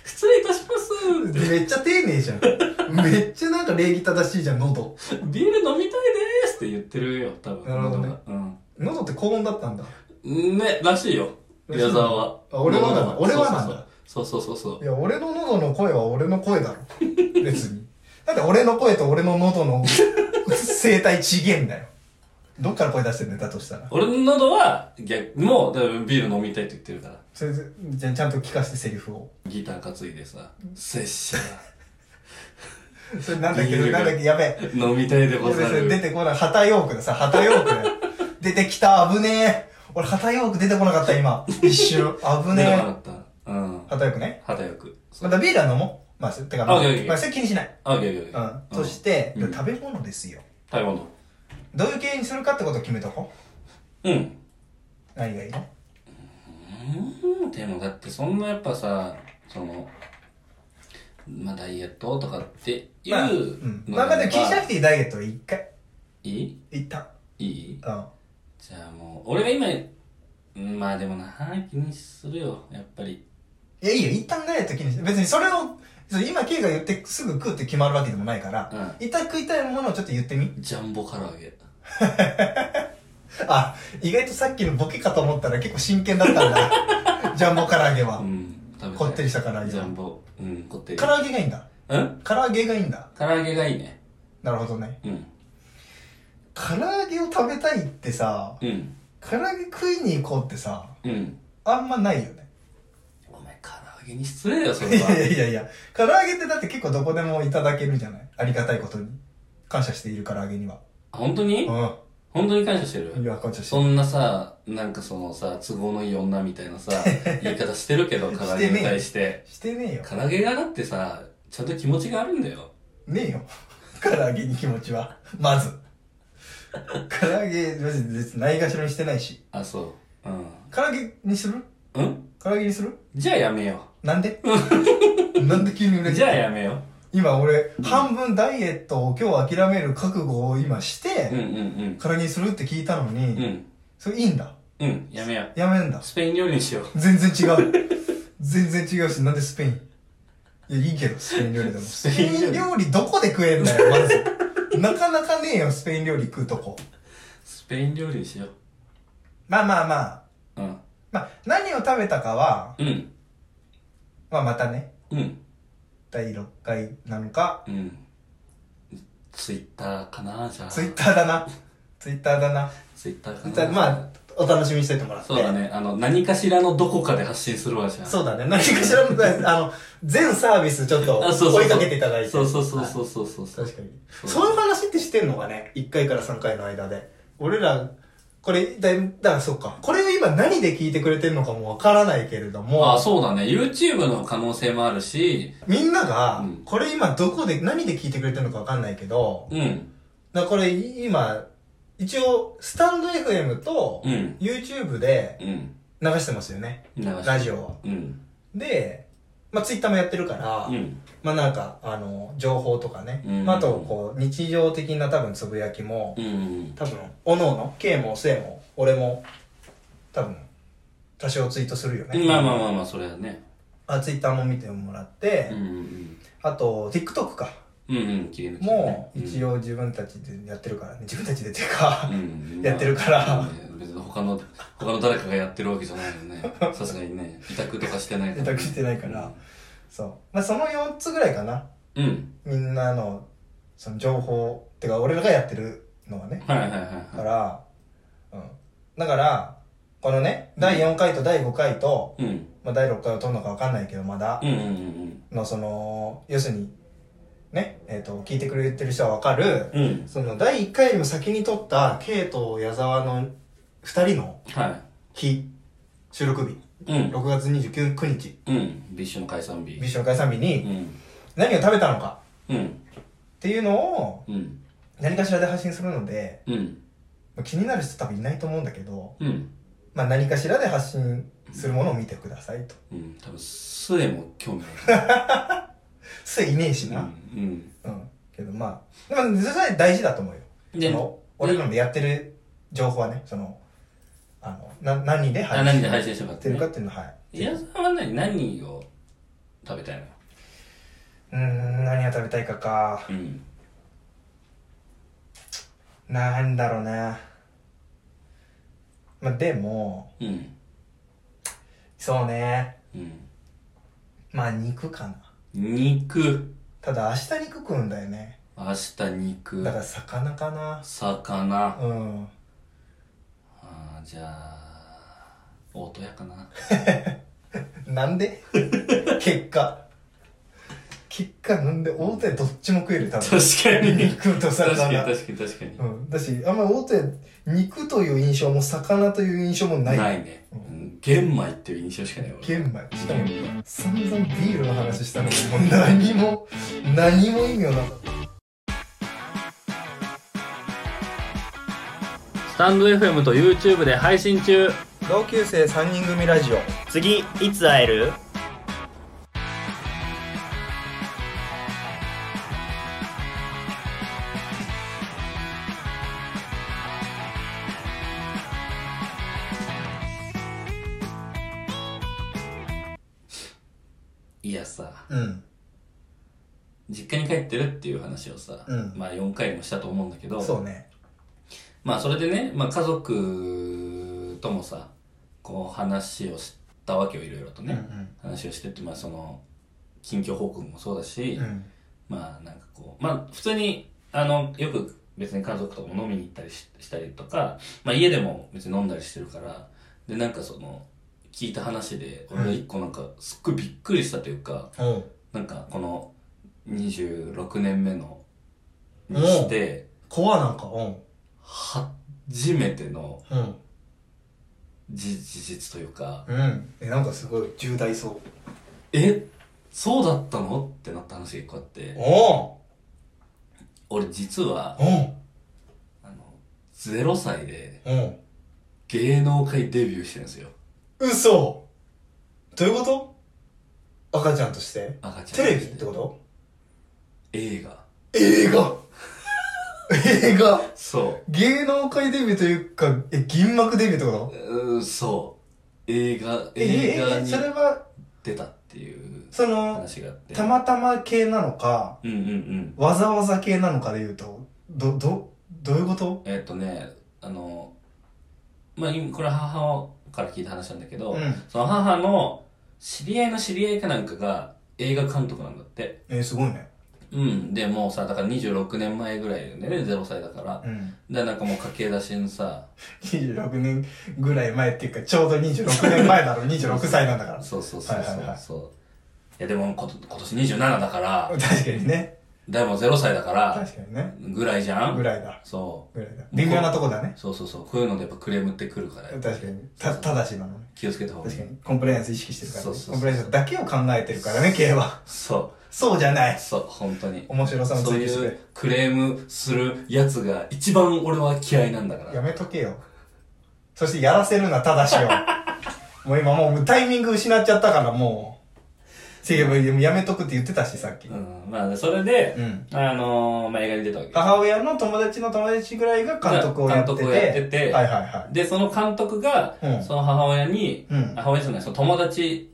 Speaker 2: 失礼いたしますっ
Speaker 1: めっちゃ丁寧じゃん。めっちゃなんか礼儀正しいじゃん、喉。
Speaker 2: て。ビール飲みたいでーすって言ってるよ、多分。
Speaker 1: なるほどね
Speaker 2: 喉が。うん。
Speaker 1: 喉って高音だったんだ。
Speaker 2: ね、らしいよ。
Speaker 1: らしい
Speaker 2: 矢沢は。
Speaker 1: あ俺はなんだ
Speaker 2: 喉が
Speaker 1: 俺はなんだ。
Speaker 2: そうそうそうそうそうそうそう。
Speaker 1: いや、俺の喉の声は俺の声だろ。別に。だって俺の声と俺の喉の声帯ちげえんだよ。どっから声出してんだよ、だとしたら。
Speaker 2: 俺の喉は、逆、もう、だからビール飲みたいって言ってるから。
Speaker 1: それでじゃあちゃんと聞かせてセリフを。
Speaker 2: ギター担いでさ、拙者、
Speaker 1: それなんだっけ、
Speaker 2: いいよ
Speaker 1: なんだっけ、やべえ。
Speaker 2: 飲みたいでご
Speaker 1: 俺
Speaker 2: ざ
Speaker 1: それ
Speaker 2: る。
Speaker 1: 出てこない。旗ヨークでさ、旗ヨークで。出てきた、危ねえ。俺、旗ヨーク出てこなかった、今。一瞬。危
Speaker 2: 出てこ
Speaker 1: ね
Speaker 2: なかった。うん
Speaker 1: え。。旗ヨークね。
Speaker 2: 肌よく。そ
Speaker 1: ま
Speaker 2: う
Speaker 1: たビールは飲もう。まあ、てか、ま
Speaker 2: あ
Speaker 1: あ、
Speaker 2: いやいやいや
Speaker 1: まあ、それ気にしない。
Speaker 2: あ、いやいやいうや
Speaker 1: ん。。そして、
Speaker 2: うん
Speaker 1: 食べ物ですよ。
Speaker 2: 食べ物。
Speaker 1: どういう系にするかってことを決めとこ
Speaker 2: うん。
Speaker 1: う。何がいいの
Speaker 2: うん、でもだってそんなやっぱさ、その、まあダイエットとかっていう
Speaker 1: まあ、う
Speaker 2: の
Speaker 1: ん。まあ、まあ、でも気にしなくていいダイエットは一回。
Speaker 2: いい
Speaker 1: 一旦。
Speaker 2: いい
Speaker 1: うん。
Speaker 2: じゃあもう、俺が今、うんまあでもな、気にするよ、やっぱり。
Speaker 1: いや、いいよ。一旦ダイエット気にして。別にそれを、そう今、K が言ってすぐ食うって決まるわけでもないから、
Speaker 2: う
Speaker 1: 一旦食いたいものをちょっと言ってみ。
Speaker 2: ん。ジャンボ唐揚げ。
Speaker 1: あ、意外とさっきのボケかと思ったら結構真剣だったん だ。ジャンボ唐揚げは
Speaker 2: う。ん。食べたい
Speaker 1: こってりした唐揚げ
Speaker 2: ジャ
Speaker 1: は
Speaker 2: ン。ボ。うん、こってり
Speaker 1: 唐。揚げがいいんだ。
Speaker 2: うん
Speaker 1: 唐揚げがいいんだ。
Speaker 2: 唐揚げがいいね。
Speaker 1: なるほどね。
Speaker 2: うん。
Speaker 1: 唐揚げを食べたいってさ、
Speaker 2: うん。
Speaker 1: 唐揚げ食いに行こうってさ、
Speaker 2: うん。
Speaker 1: あんまないよね。
Speaker 2: お前、唐揚げに失礼だよ、そ
Speaker 1: い
Speaker 2: れ
Speaker 1: や
Speaker 2: は。
Speaker 1: いやいやいや、唐揚げってだって結構どこでもいただけるじゃないありがたいことに。感謝している唐揚げには。
Speaker 2: あ本当に
Speaker 1: う
Speaker 2: 本当に感謝してる
Speaker 1: ん。いや、感謝して
Speaker 2: そんなさ、なんかそのさ、都合のいい女みたい なさ、言い方してるけど、唐揚げに対して。
Speaker 1: る。してねえよ。
Speaker 2: 唐揚げがだってさ、ちゃんと気持ちがあるんだよ。
Speaker 1: ねえよ。 唐揚げに気持ちは。ま ず。唐揚げ、別に別にないがしろにしてないし。
Speaker 2: あ、そう。う
Speaker 1: 唐揚げにする
Speaker 2: ん。ん
Speaker 1: 唐揚げにする
Speaker 2: じゃあやめよ
Speaker 1: なん でなんで急に売れ
Speaker 2: う。じゃあやめよ
Speaker 1: 今俺、半分ダイエットを今日諦める覚悟を今し
Speaker 2: う。うん
Speaker 1: て、
Speaker 2: うん
Speaker 1: 唐揚げにするって聞いたのに、
Speaker 2: うん。うん。
Speaker 1: それいいんだ。
Speaker 2: うん、やめよう。
Speaker 1: やめんだ。
Speaker 2: スペイン料理にしよう。
Speaker 1: 全然違 う。全然違うし、なんでスペインいや、いいけど、スペイン料理でも。
Speaker 2: ス
Speaker 1: ス
Speaker 2: ペ
Speaker 1: ペ
Speaker 2: イン料理
Speaker 1: イン料理どこで食えんだよ、まず。なかなかねえよ、スペイン料理食うとこ。
Speaker 2: ペイン料理にしよ
Speaker 1: まあまあまあ。
Speaker 2: う。うん。
Speaker 1: まあ、何を食べたかは、
Speaker 2: うん。
Speaker 1: まあまたね、
Speaker 2: うん。
Speaker 1: 第6回なのか、
Speaker 2: うん。ツイッターかなじゃあ。
Speaker 1: ツイッターだな。ツイッターだな。
Speaker 2: ツイッターか
Speaker 1: じゃ
Speaker 2: な
Speaker 1: あまあ、お楽しみにしててもらって。
Speaker 2: そうだ。ね。あの、何かしらのどこかで発信するわじゃん。
Speaker 1: そうだね。何かしら の、あの、全サービスちょっと
Speaker 2: あそうそうそう
Speaker 1: 追いかけていただいて。
Speaker 2: そうそうそうそうそうそうそう。
Speaker 1: 確かに。
Speaker 2: う
Speaker 1: そういう話ってしてんのがね、1回から3回の間で。俺ら、これ、だいぶ、だからそうか。これを今何で聞いてくれてるのかもわからないけれど
Speaker 2: あ、
Speaker 1: も、
Speaker 2: そうだね。YouTube の可能性もあるし、
Speaker 1: みんなが
Speaker 2: うん、
Speaker 1: これ今どこで、何で聞いてくれてるのかわかんないけど、
Speaker 2: うん。
Speaker 1: だからこれ今、一応、スタンド FM と
Speaker 2: う、ん。
Speaker 1: YouTube で
Speaker 2: うん。
Speaker 1: 流してますよね。
Speaker 2: 流し
Speaker 1: ラジオは。
Speaker 2: うん。
Speaker 1: で、まあ、ツイッターもやってるから、
Speaker 2: うん。
Speaker 1: まあ、なんか、あの、情報とかね。
Speaker 2: うん
Speaker 1: まあ、あと、こう、日常的な多分つぶやきも、
Speaker 2: うん。
Speaker 1: 多分、おのおの、K も K も、俺も、多分、多少ツイートするよね。
Speaker 2: まあまあまあまあ、それはね。
Speaker 1: あ。ツイッターも見てもらって、
Speaker 2: うんうん
Speaker 1: あと、TikTok か。
Speaker 2: うん。うんうん、切り抜きね。
Speaker 1: もう、
Speaker 2: うん
Speaker 1: 一応自分たちでやってるからね。自分たちでっていうか、
Speaker 2: うん
Speaker 1: やってるから
Speaker 2: まあね別に他の、他の誰かがやってるわけじゃないよね。さすがにね。委託とかしてない
Speaker 1: 委託してないから。 そう。まあ、その4つぐらいかな。
Speaker 2: うん。
Speaker 1: みんなの、その情報、てか、俺らがやってるのはね。
Speaker 2: はいはいはい
Speaker 1: か
Speaker 2: は
Speaker 1: ら、うん。だから、このね、第4回と第5回と、
Speaker 2: い。うん。
Speaker 1: まあ、第6回を取るのか分かんないけど、まだ
Speaker 2: う、んうんうん
Speaker 1: の、その、要するに、ね、えっ、と、聞いてくれてる人は分かる、
Speaker 2: うん。うん。
Speaker 1: その、第1回よりも先に取った、ケイと矢沢の2人の
Speaker 2: は
Speaker 1: 日、収録日、
Speaker 2: い。うん。
Speaker 1: 6月29日、
Speaker 2: うん。ビッシュの解散日
Speaker 1: ビッ。シュの解散日
Speaker 2: う
Speaker 1: に、
Speaker 2: ん。
Speaker 1: 何を食べたのか
Speaker 2: うん。
Speaker 1: っていうのを、
Speaker 2: うん。
Speaker 1: 何かしらで発信するので、
Speaker 2: うん。
Speaker 1: まあ気になる人多分いないと思うんだけど、
Speaker 2: うん。
Speaker 1: まあ、何かしらで発信するものを見てくださいと。
Speaker 2: うん。多分、スエも興味ある。
Speaker 1: それいねえし
Speaker 2: う
Speaker 1: な。
Speaker 2: ん。
Speaker 1: うん。けどまあ、でも、それは大事だと思うよ。
Speaker 2: うん。で
Speaker 1: そ、の俺らのやってる情報はね、その、あの、な、何で
Speaker 2: あ、
Speaker 1: 配
Speaker 2: 何
Speaker 1: 信
Speaker 2: で配
Speaker 1: し
Speaker 2: 信してもらってて
Speaker 1: る
Speaker 2: ね
Speaker 1: か。っていうのは、はい。
Speaker 2: 矢沢は何、何を食べたいの
Speaker 1: うーん、何が食べたいかか。
Speaker 2: うん。
Speaker 1: なんだろうね。まあ、でも、
Speaker 2: うん。
Speaker 1: そうね。
Speaker 2: うん。
Speaker 1: まあ、肉かな。
Speaker 2: 肉。
Speaker 1: ただ、明日肉食うんだよね。
Speaker 2: 明日肉
Speaker 1: だ。から、魚かな。
Speaker 2: 魚。
Speaker 1: うん。
Speaker 2: あーじゃあ大戸屋かな
Speaker 1: なんで結果。結果なんで大手どっちも食える多分。
Speaker 2: か
Speaker 1: 肉と
Speaker 2: 確かに
Speaker 1: 魚。
Speaker 2: 確かに確かに
Speaker 1: うん。だし、あんま大手、肉という印象も魚という印象もない。
Speaker 2: ないね、
Speaker 1: う
Speaker 2: うん、玄米っていう印象しかないわ
Speaker 1: 玄米。しかも、散々ビールの話したのに、もう何も、何も意味をなかった。
Speaker 2: スタンド FM と YouTube で配信中
Speaker 1: 同級生3人組ラジオ。
Speaker 3: 次いつ会える
Speaker 2: いやさ
Speaker 1: うん。
Speaker 2: 実家に帰ってるっていう話をさ、
Speaker 1: うん
Speaker 2: まあ4回もしたと思うんだけど
Speaker 1: そうね。
Speaker 2: まあそれでね、まあ、家族ともさこう話をしたわけよいろいろと
Speaker 1: うんう
Speaker 2: ね、
Speaker 1: ん。
Speaker 2: 話をしてってまあその近況報告もそうだし、
Speaker 1: うん。
Speaker 2: まあなんかこう、まあ普通に、あの、よく別に家族とも飲みに行ったりししたりとか、まあ家でも別に飲んだりしてるから、でなんかその、聞いた話で、俺が一個なんかすっごいびっくりしたというか、
Speaker 1: おう
Speaker 2: なんかこの26年目のにして、
Speaker 1: 怖なんか、うん。
Speaker 2: 初めての
Speaker 1: うん。
Speaker 2: 事事実というか、
Speaker 1: うん。え、なんかすごい重大そう。
Speaker 2: えそうだったのってなった話が一個あって、
Speaker 1: お
Speaker 2: 俺実は、
Speaker 1: ううん。
Speaker 2: あの、0歳で
Speaker 1: うん。
Speaker 2: 芸能界デビューしてるんですよ。
Speaker 1: 嘘どういうこと赤ちゃんとして
Speaker 2: 赤ちゃ
Speaker 1: テ
Speaker 2: ん
Speaker 1: レビってこと
Speaker 2: 映画
Speaker 1: 映画映画
Speaker 2: そ
Speaker 1: 芸能界デビューというか、え、銀幕デビューってこ
Speaker 2: う
Speaker 1: と
Speaker 2: うんそう映画
Speaker 1: え、
Speaker 2: 映
Speaker 1: え
Speaker 2: 画
Speaker 1: え、
Speaker 2: に
Speaker 1: それは、
Speaker 2: 出たっていう
Speaker 1: その、
Speaker 2: 話があって
Speaker 1: たまたま系なのか、
Speaker 2: うんうんうん
Speaker 1: わざわざ系なのかで言うと、ど、ど、どういうこと
Speaker 2: えっとねあのまあ今これは母から聞いた話なんだけど、
Speaker 1: うん
Speaker 2: その母の知り合いの知り合いかなんかが映画監督なんだって。
Speaker 1: えー、すごいね。
Speaker 2: うん。で、もうさ、だから26年前ぐらいだよね、0歳だから。
Speaker 1: うん。
Speaker 2: で、なんかもう駆け出しのさ、
Speaker 1: 26年ぐらい前っていうか、ちょうど26年前 だろ、26歳なんだから。
Speaker 2: そうそうそう
Speaker 1: はいはいはい
Speaker 2: そう。いや、でもこと今年27だから、
Speaker 1: 確かにね。
Speaker 2: でも0歳だから、
Speaker 1: 確かにね。
Speaker 2: ぐらいじゃ
Speaker 1: ぐ
Speaker 2: ん
Speaker 1: らいだ。
Speaker 2: そ
Speaker 1: ぐらいだ。微妙なとこだね
Speaker 2: う。。そうそうそう。こういうのでやっぱクレームってくるから、
Speaker 1: 確かに。た、ただしなのね。
Speaker 2: 気をつけた方がい
Speaker 1: 確
Speaker 2: い
Speaker 1: か。に。コンプライアンス意識してるから、ね。
Speaker 2: そうそうそう
Speaker 1: コンプライアンスだけを考えてるからね、系は。
Speaker 2: そ
Speaker 1: そうじゃな
Speaker 2: う。
Speaker 1: い。
Speaker 2: そう、本当に。
Speaker 1: 面白さの
Speaker 2: そう
Speaker 1: 追求して
Speaker 2: い
Speaker 1: く
Speaker 2: うクレームするやつが一番俺は嫌いなんだか
Speaker 1: れ。や
Speaker 2: ら。
Speaker 1: めとけよ。そしてやらせるな、ただしを。 もう今もうタイミング失っちゃったから、もう。せややめとくって言ってたし、さっき。
Speaker 2: うん。まあ、それで、
Speaker 1: うん
Speaker 2: あのー、まあ、映画に出たわけ。
Speaker 1: 母親の友達の友達ぐらいが監督をやってて。
Speaker 2: 監督をやってて
Speaker 1: はいはいは
Speaker 2: で、その監督が、
Speaker 1: うん
Speaker 2: その母親に、
Speaker 1: うん
Speaker 2: 母親じゃない、その友達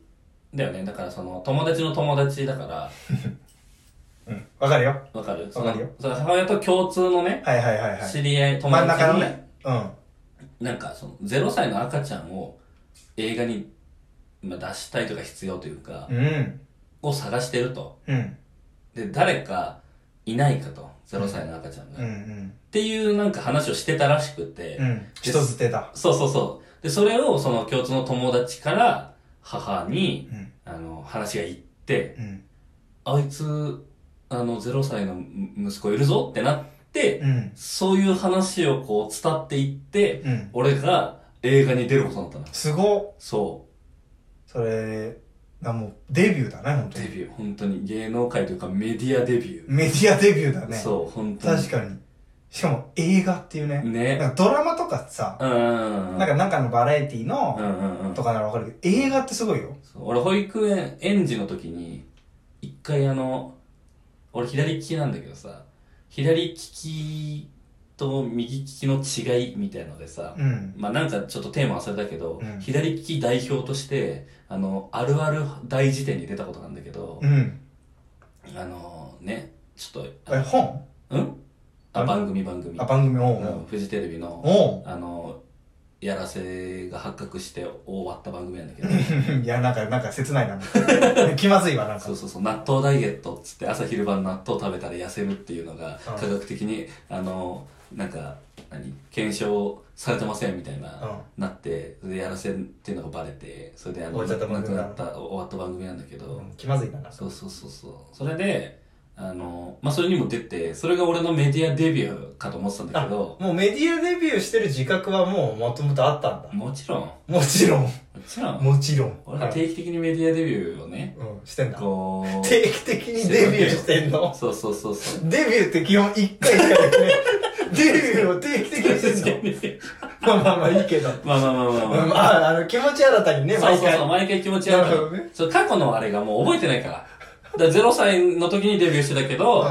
Speaker 2: だよね。だからその、友達の友達だから、
Speaker 1: い。うん。わかるよ。
Speaker 2: わかる
Speaker 1: わかるよ
Speaker 2: そのその母親と共通のね、
Speaker 1: はいはいはいはい。
Speaker 2: 知り合い、友
Speaker 1: 真ん
Speaker 2: 達
Speaker 1: 中の
Speaker 2: に、
Speaker 1: ね。うん。
Speaker 2: なんかその、0歳の赤ちゃんを映画に、まあ、出したいとか必要というか、
Speaker 1: うん。
Speaker 2: を探してると。
Speaker 1: うん。
Speaker 2: で、誰かいないかと、0歳の赤ちゃんが。
Speaker 1: うんう
Speaker 2: っ
Speaker 1: ん。
Speaker 2: ていうなんか話をしてたらしくて、
Speaker 1: うん。人捨てだ。
Speaker 2: そうそうそう。で、それをその共通の友達から母に、
Speaker 1: うん。
Speaker 2: あの、話が行って、
Speaker 1: うん。
Speaker 2: あいつ、あの、0歳のむ息子いるぞってなって、
Speaker 1: うん。
Speaker 2: そういう話をこう伝っていって、
Speaker 1: うん。
Speaker 2: 俺が映画に出ることになったの。
Speaker 1: すごっ。
Speaker 2: そ
Speaker 1: それ、なもうデビューだね、本
Speaker 2: う。
Speaker 1: 当
Speaker 2: デ
Speaker 1: に。
Speaker 2: ビュー。本当に芸能界というかメディアデビュー。
Speaker 1: メディアデビューだね。
Speaker 2: そう、本当に。
Speaker 1: 確かに。しかも映画っていうね。
Speaker 2: ね。
Speaker 1: なんかドラマとかさ、
Speaker 2: うんうんうん。
Speaker 1: なんかなんかのバラエティの
Speaker 2: うんうんうん
Speaker 1: とかならわかるけど、映画ってすごいよ。
Speaker 2: そう俺保育園園児の時に一回あの俺左利きなんだけどさ左利きと右利きの違いみたいのでさ、
Speaker 1: うん。
Speaker 2: まあなんかちょっとテーマ忘れたけど、
Speaker 1: うん
Speaker 2: 左利き代表としてあのあるある大辞典に出たことなんだけど
Speaker 1: う、ん。
Speaker 2: あのねちょっと
Speaker 1: え、本
Speaker 2: うんあ番組番組
Speaker 1: あ、番組
Speaker 2: う
Speaker 1: 本
Speaker 2: ん。フジテレビの
Speaker 1: おう
Speaker 2: あのやらせが発覚して終わった番組なんだけど
Speaker 1: いや、なんか、なんか切ない な。気まずいわ、なんか
Speaker 2: そう。そうそう、納豆ダイエットっつって朝昼晩納豆食べたら痩せるっていうのが、
Speaker 1: うん
Speaker 2: 科学的に、あの、なんか、何検証されてませんみたいな、
Speaker 1: う
Speaker 2: なって、それでやらせっていうのがバレて、それであ
Speaker 1: 終
Speaker 2: の、
Speaker 1: わっちゃった
Speaker 2: な
Speaker 1: 番
Speaker 2: く
Speaker 1: 組だ
Speaker 2: なった、終わった番組なんだけど、
Speaker 1: うん気まずいな、なんか。
Speaker 2: そうそうそうそう。それで、あの、まあ、それにも出て、それが俺のメディアデビューかと思ってたんだけど、
Speaker 1: もうメディアデビューしてる自覚はもうもともとあったんだ。
Speaker 2: もちろん、も
Speaker 1: もちろん。
Speaker 2: ちろん、
Speaker 1: もちろん。
Speaker 2: 俺が定期的にメディアデビューをね、
Speaker 1: うん、してんだ。
Speaker 2: こう、
Speaker 1: 定期的にデビューしてんの
Speaker 2: そうそうそうそう。
Speaker 1: デビューって基本1回しかできない。デビューを定期的にしてんのまあまあまあいいけど。
Speaker 2: まあまあまあまあまあ。
Speaker 1: まあ、あの、気持ち新たにね、
Speaker 2: そう
Speaker 1: 毎
Speaker 2: そう
Speaker 1: 回
Speaker 2: そう、。毎回気持ち悪い
Speaker 1: なるほどね
Speaker 2: そう、過去のあれがもう覚えてないから。だから0歳の時にデビューしてたけど、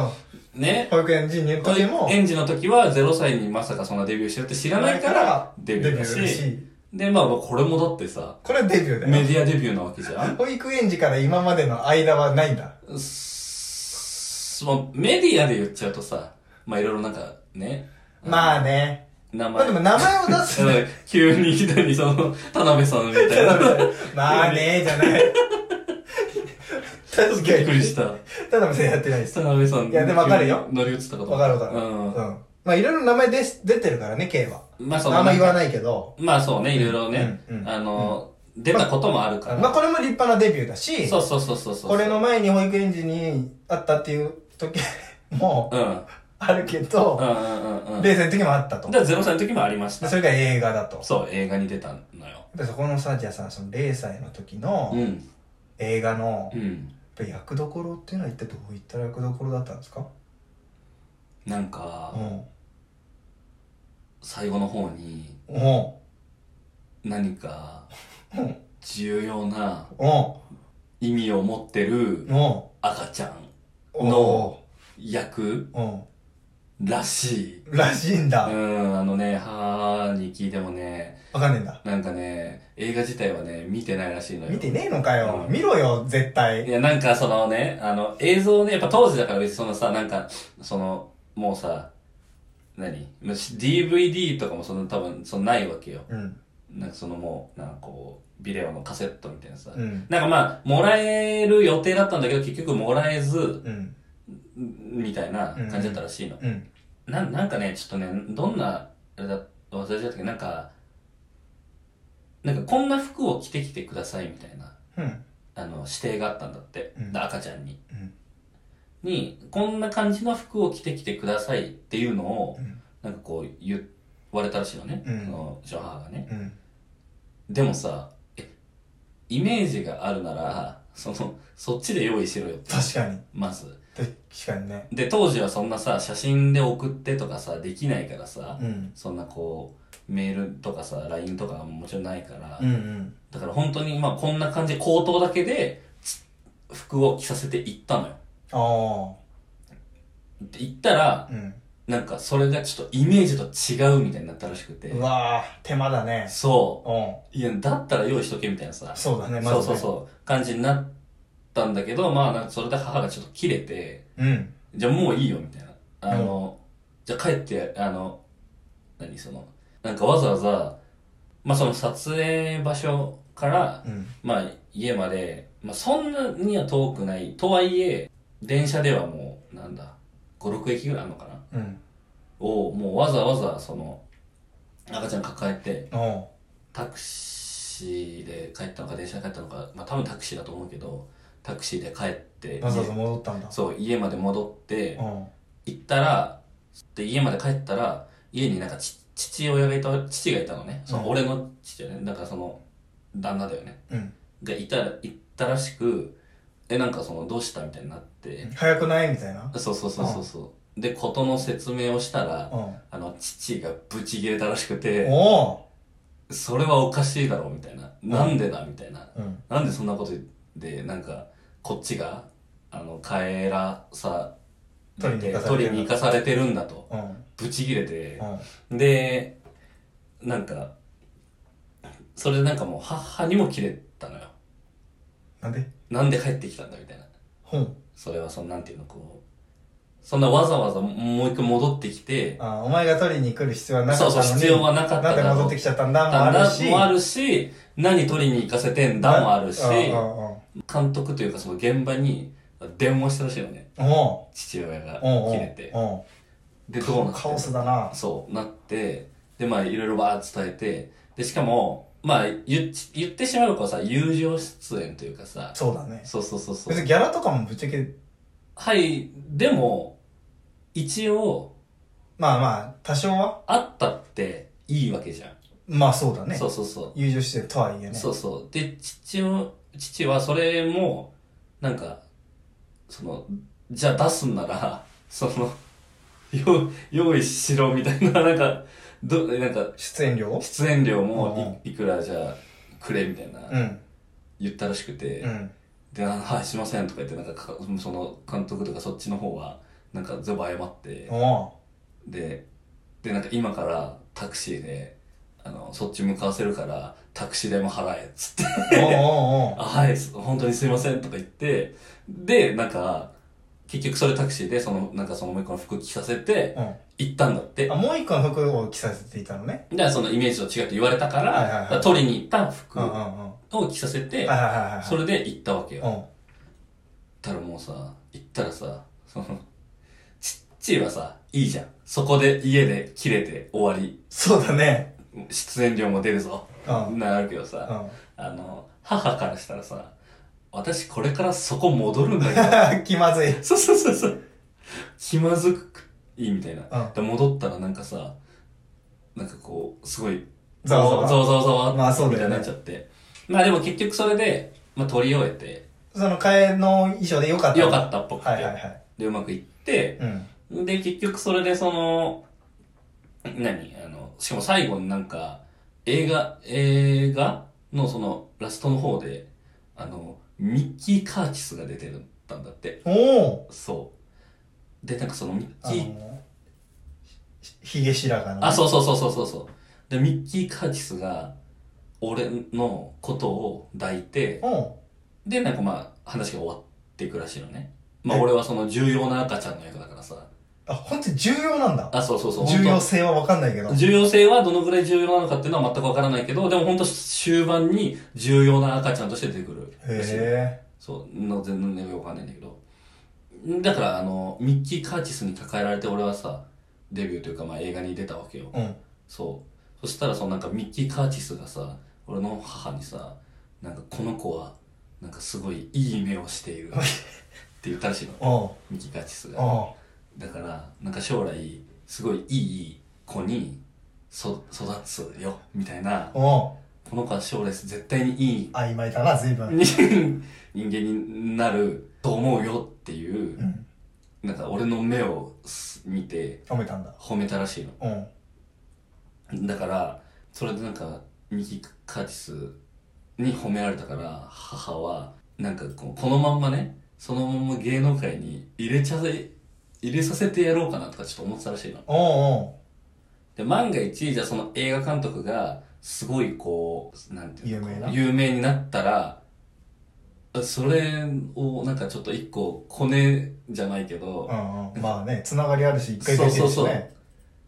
Speaker 2: ね、
Speaker 1: 保育園児入時も、
Speaker 2: 園児の時は0歳にまさかそんなデビューしてるって知らないから、デ
Speaker 1: デ
Speaker 2: ビ
Speaker 1: ビ
Speaker 2: ュ
Speaker 1: ュ
Speaker 2: ー
Speaker 1: ー
Speaker 2: だ
Speaker 1: だ
Speaker 2: し。
Speaker 1: し、
Speaker 2: で、まあこれもだってさ、
Speaker 1: これはデビューだ
Speaker 2: メ
Speaker 1: よ。
Speaker 2: ディアデビューなわけじゃん。
Speaker 1: 保育園児から今までの間はないんだ。
Speaker 2: そのメディアで言っちゃうとさ、まあいろいろなんかね、
Speaker 1: まあね。
Speaker 2: 名
Speaker 1: まあ
Speaker 2: 前
Speaker 1: でも、名前を出す
Speaker 2: うん急に一人にその、田辺さんみたいな。
Speaker 1: まあねじゃない。 確
Speaker 2: び
Speaker 1: か
Speaker 2: っくり
Speaker 1: に。
Speaker 2: した。
Speaker 1: ただ別にやってないです。
Speaker 2: 田辺さん
Speaker 1: いやでもわかるよ
Speaker 2: 急に乗り移ったこと。
Speaker 1: わかるわかる。
Speaker 2: うん
Speaker 1: うん。まあいろいろ名前出し出てるからね、K は。
Speaker 2: まあその、
Speaker 1: あんま言わないけど。
Speaker 2: まあそうね、いろいろね、
Speaker 1: うんうん
Speaker 2: あの、出たこともあるから。
Speaker 1: まあこれも立派なデビューだし、
Speaker 2: そうそうそうそうそう。
Speaker 1: これの前に保育園児に会ったっていう時 も
Speaker 2: うん。うん
Speaker 1: あるけ
Speaker 2: う
Speaker 1: ど、
Speaker 2: んうんうん。で、
Speaker 1: 冷静の時もあったと。で、
Speaker 2: 0歳の時もありました。
Speaker 1: それが映画だと。
Speaker 2: そう、映画に出たのよ。
Speaker 1: で、そこのさ、じゃあさ、その0歳の時
Speaker 2: う
Speaker 1: の
Speaker 2: ん。
Speaker 1: 映画の
Speaker 2: う、ん。
Speaker 1: やっぱ役どころっていうのは一体どういった役どころだったんですか
Speaker 2: なんか
Speaker 1: う、ん。
Speaker 2: 最後の方に、
Speaker 1: うん。
Speaker 2: 何か
Speaker 1: うん、
Speaker 2: 重要な
Speaker 1: うん。
Speaker 2: 意味を持って
Speaker 1: う
Speaker 2: る
Speaker 1: ん。
Speaker 2: 赤ちゃん
Speaker 1: お
Speaker 2: 役
Speaker 1: ーうん。
Speaker 2: らしい。
Speaker 1: らしいん
Speaker 2: う
Speaker 1: だ。
Speaker 2: ん、あのね、母に聞いてもね、
Speaker 1: わかんねえんだ。
Speaker 2: なんかね、映画自体はね、見てないらしいのよ。
Speaker 1: 見てねえのかよ。
Speaker 2: うん
Speaker 1: 見ろよ、絶対
Speaker 2: い。や、なんかそのね、あの、映像ね、やっぱ当時だから別にそのさ、なんか、その、もうさ、何まあ ?DVD とかもその多分、そのないわけよ。
Speaker 1: うん。
Speaker 2: なんかそのもう、なんかこう、ビデオのカセットみたいなさ、
Speaker 1: うん。
Speaker 2: なんかまあ、もらえる予定だったんだけど、結局もらえず、
Speaker 1: うん。
Speaker 2: みたいな感じだったらしいの。
Speaker 1: うん。
Speaker 2: ななんかね、ちょっとね、どんな、あれだ、忘れちゃったけど、なんか、なんかこんな服を着てきてくださいみたいな、
Speaker 1: うん。
Speaker 2: あの、指定があったんだって、
Speaker 1: うん
Speaker 2: だ赤ちゃんに。
Speaker 1: うん
Speaker 2: に、こんな感じの服を着てきてくださいっていうのを、
Speaker 1: うん
Speaker 2: なんかこう言言われたらしいのね、
Speaker 1: うん
Speaker 2: その、うちの母がね。
Speaker 1: うん。
Speaker 2: でもさ、え、イメージがあるなら、その、そっちで用意しろよって、
Speaker 1: 確かに。
Speaker 2: まず。
Speaker 1: 確かにね。
Speaker 2: で、当時はそんなさ、写真で送ってとかさ、できないからさ、
Speaker 1: うん。
Speaker 2: そんなこう、メールとかさ、LINE とかももちろんないから、
Speaker 1: うんうん。
Speaker 2: だから本当にまあこんな感じで口頭だけで、つ服を着させて行ったのよ。
Speaker 1: あ
Speaker 2: で行ったら
Speaker 1: あ。、うん。
Speaker 2: なんかそれがちょっとイメージと違うみたいになったらしくて、
Speaker 1: うわあ、手間だね。
Speaker 2: そうう、いや、だったら用意しとけみたいなさ、
Speaker 1: ん。そうだね、まず
Speaker 2: そ
Speaker 1: ね
Speaker 2: うそうそう、感じになったんだけど、まあなんかそれで母がちょっと切れて、
Speaker 1: うん。
Speaker 2: じゃあもういいよみたいな。あの、じゃあ帰って、あの、何その、なんかわざわざ、まあその撮影場所から、
Speaker 1: うん。
Speaker 2: まあ家まで、まあそんなには遠くない。とはいえ、電車ではもう、なんだ、5、6駅ぐらいあるのかな
Speaker 1: うん。
Speaker 2: を、もうわざわざその、赤ちゃん抱えて、
Speaker 1: おう。
Speaker 2: タクシーで帰ったのか電車で帰ったのか、まあ多分タクシーだと思うけど、タクシーで帰って、
Speaker 1: わざわざ戻ったんだ。
Speaker 2: そう、家まで戻って、
Speaker 1: うん。
Speaker 2: 行ったら、で、家まで帰ったら、家になんかち父親がいた、父がいたのね。そ
Speaker 1: うん
Speaker 2: の俺の父親ね。だからその、旦那だよね。
Speaker 1: うん。
Speaker 2: がいたら、行ったらしく、え、なんかその、どうしたみたいになって。
Speaker 1: 早くないみたいな。
Speaker 2: そうそうそうそうそう。で、ことの説明をしたら
Speaker 1: う、ん。
Speaker 2: あの、父がブチ切れたらしくて、
Speaker 1: おお。
Speaker 2: それはおかしいだろ、みたいな。なんでだ、みたいな。
Speaker 1: うん。
Speaker 2: なんでそんなことで、なんか、こっちが、あの、帰らさ、
Speaker 1: 取りに行かされてる
Speaker 2: 取りに行かされてるんだと。
Speaker 1: うん。
Speaker 2: ブチ切れて、
Speaker 1: うん。
Speaker 2: で、なんか、それでなんかもう母にも切れたのよ。
Speaker 1: なんで
Speaker 2: なんで帰ってきたんだみたいな。
Speaker 1: 本。
Speaker 2: それはそのなんていうの、こう、そんなわざわざもう一回戻ってきて、
Speaker 1: あーお前が取りに来る必要はなかったのに。
Speaker 2: そうそう必要はなかった
Speaker 1: な
Speaker 2: だろ
Speaker 1: んで戻ってきちゃったんだもあるし。
Speaker 2: もあるし、何取りに行かせてんだもあるし、
Speaker 1: うんうんうん
Speaker 2: 監督というかその現場に電話したらしいよね。
Speaker 1: お
Speaker 2: 父親が
Speaker 1: うおう
Speaker 2: 切れて。
Speaker 1: おう
Speaker 2: で、どうなって
Speaker 1: カオスだな。
Speaker 2: そう、なって、で、まあ、いろいろばーっと伝えて、で、しかも、まあ、言っち言ってしまうとさ、友情出演というかさ、
Speaker 1: そうだね。
Speaker 2: そうそうそうそ
Speaker 1: 別
Speaker 2: う。
Speaker 1: にギャラとかもぶっちゃけ、
Speaker 2: はい、でも、一応、
Speaker 1: まあまあ、多少は
Speaker 2: あったっていいわけじゃん。
Speaker 1: まあそうだね。
Speaker 2: そうそうそう。
Speaker 1: 友情してるとはいえね。
Speaker 2: そうそう。で、父を、父はそれも、なんか、その、じゃあ出すんなら、その、よ、用意しろみたいな、なんか、ど、なんか、
Speaker 1: 出演料
Speaker 2: 出演料もいいくらじゃあくれみたいな
Speaker 1: うん。
Speaker 2: 言ったらしくて、
Speaker 1: うん。
Speaker 2: で、あはい、すいませんとか言って、なんかか、その監督とかそっちの方は、なんか全部謝って、
Speaker 1: おう
Speaker 2: で、で、なんか今からタクシーで、あの、そっち向かわせるから、タクシー代も払え、つって、
Speaker 1: おうおうおう
Speaker 2: あはい、す本当にすいませんとか言って、で、なんか、結局それタクシーで、その、なんかそのもう一個の服着させて、
Speaker 1: う
Speaker 2: 行ったんだって
Speaker 1: ん。あ、。もう一個の服を着させていたのね。
Speaker 2: じゃあそのイメージと違うって言われたから、
Speaker 1: はいはいはい
Speaker 2: だから取りに行った
Speaker 1: う
Speaker 2: 服
Speaker 1: んうんうん。は
Speaker 2: を着させて、
Speaker 1: いはいはいはい。
Speaker 2: それで行ったわけよ。
Speaker 1: う
Speaker 2: 行っ
Speaker 1: ん。
Speaker 2: たらもうさ、行ったらさ、その、ちっちーはさ、いいじゃん。そこで家で切れて終わり。
Speaker 1: そうだね。
Speaker 2: 出演料も出るぞ。
Speaker 1: うん。
Speaker 2: なるけど
Speaker 1: う
Speaker 2: さ、
Speaker 1: ん。
Speaker 2: あの、母からしたらさ、私これからそこ戻るんだ け
Speaker 1: 気まずい。
Speaker 2: ど。そうそうそうそう。気まずくいいみたいな。
Speaker 1: うん
Speaker 2: で戻ったらなんかさ、なんかこう、すごい、
Speaker 1: ざわざわ
Speaker 2: ざわざわざわ
Speaker 1: まあそう
Speaker 2: み
Speaker 1: だ
Speaker 2: た
Speaker 1: よ
Speaker 2: いにな
Speaker 1: ね
Speaker 2: っちゃって。まあでも結局それで、まあ取り終えて、
Speaker 1: その替えの衣装でよかった。
Speaker 2: よかったっぽくて。
Speaker 1: はいはいはい。
Speaker 2: で、うまくいって、
Speaker 1: うん。
Speaker 2: で、結局それでその、何あの、しかも最後になんか、映画、映画のその、ラストの方で、あの、ミッキー・カーチスが出てるんだって。
Speaker 1: おお
Speaker 2: そう。で、なんかそのミッ
Speaker 1: あ
Speaker 2: キー、
Speaker 1: の、ひひげ白髪の。
Speaker 2: あ、そうそうそうそうそうそう。で、ミッキー・カーチスが、俺のことを抱いて、
Speaker 1: うん。
Speaker 2: で、なんかまあ、話が終わっていくらしいのね。まあ
Speaker 1: え
Speaker 2: 俺はその重要な赤ちゃんの役だからさ、
Speaker 1: あ、本当に重要なんだ。
Speaker 2: あ、そうそうそう。
Speaker 1: 重要
Speaker 2: 本
Speaker 1: 性はわかんないけど
Speaker 2: 当。重要性はどのぐらい重要なのかっていうのは全くわからないけど、でも本当終盤に重要な赤ちゃんとして出てくる。
Speaker 1: へ
Speaker 2: そう、の全然よくわかんないんだけど。だから、あの、ミッキー・カーチスに抱えられて俺はさ、デビューというか、まあ映画に出たわけよ。
Speaker 1: え。うん。
Speaker 2: そう。そしたら、そのなんかミッキー・カーチスがさ、俺の母にさ、なんかこの子は、なんかすごいいい目をしている。って言ったらしいの。
Speaker 1: おう
Speaker 2: ミッキー・カーチスが。
Speaker 1: お
Speaker 2: だから、なんか将来、すごいいい子に、そ、育つよ。みたいな
Speaker 1: う。おう
Speaker 2: この子は将来絶対にいい
Speaker 1: 曖昧だな、随分。
Speaker 2: 人 人間になると思うよっていう
Speaker 1: う、ん。
Speaker 2: なんか俺の目をす見て
Speaker 1: 褒めたんだ。
Speaker 2: 褒めたらしい
Speaker 1: うん。
Speaker 2: の。だから、それでなんか、ミキ・カーティスに褒められたから、母は、なんかこうこのまんまね、そのまま芸能界に入れちゃえ、入れさせてやろうかなとかちょっと思ってたらしいの。
Speaker 1: おうお
Speaker 2: で、万が一、じゃあその映画監督が、すごいこう、なんていうの
Speaker 1: 有名な
Speaker 2: 有名になったら、あそれをなんかちょっと一個、コネじゃないけ
Speaker 1: う。
Speaker 2: ど
Speaker 1: う、んうん。まあね、つながりあるし、一回出てるしね。
Speaker 2: そうそうそう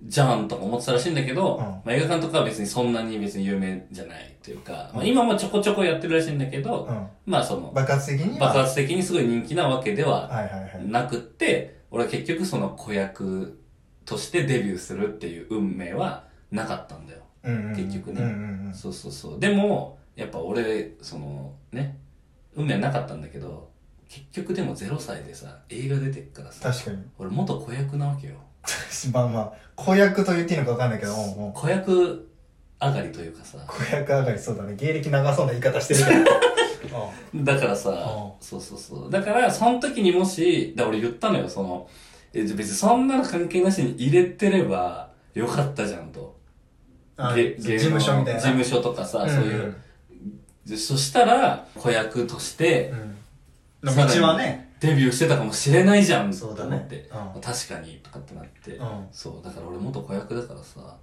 Speaker 2: じゃんとか思ってたらしいんだけど、
Speaker 1: うん
Speaker 2: まあ、映画監督は別にそんなに別に有名じゃないというか、ま
Speaker 1: う
Speaker 2: あ、
Speaker 1: ん
Speaker 2: 今もちょこちょこやってるらしいんだけど、
Speaker 1: うん。
Speaker 2: まあその、
Speaker 1: 爆発的には。
Speaker 2: 爆発的にすごい人気なわけでは
Speaker 1: はいはいはい。
Speaker 2: なくって、俺は結局その子役としてデビューするっていう運命はなかったんだよ。
Speaker 1: うんうんうん
Speaker 2: 結局ね
Speaker 1: うんうん
Speaker 2: そうそうそう。でも、やっぱ俺、その、ね、運命はなかったんだけど、結局でも0歳でさ、映画出てっから
Speaker 1: うん。
Speaker 2: さ、
Speaker 1: 確かに。
Speaker 2: 俺元子役なわけよ。
Speaker 1: まあまあ、子役と言っていいのかわかんないけど、もうも
Speaker 2: 子役上がりというかさ
Speaker 1: う、、子役上がりそうだね。芸歴長そうな言い方してる けど。うん
Speaker 2: だからさ
Speaker 1: ああ、
Speaker 2: そうそうそう。だから、その時にもし、だから俺言ったのよ、その、え、じゃあ別にそんなの関係なしに入れてれば、よかったじゃんと。
Speaker 1: あ
Speaker 2: げ
Speaker 1: 事
Speaker 2: 芸能
Speaker 1: 務所みたいな。
Speaker 2: 事務所とかさ、そういう。でそしたら、子役として
Speaker 1: う、ん。うん。の道はね。
Speaker 2: デビューしてたかもしれないじゃんと
Speaker 1: そう
Speaker 2: 思
Speaker 1: だ
Speaker 2: っ
Speaker 1: ね
Speaker 2: て、
Speaker 1: うん
Speaker 2: 確かにとかってなって、
Speaker 1: うん
Speaker 2: そうだから俺元子役だからさ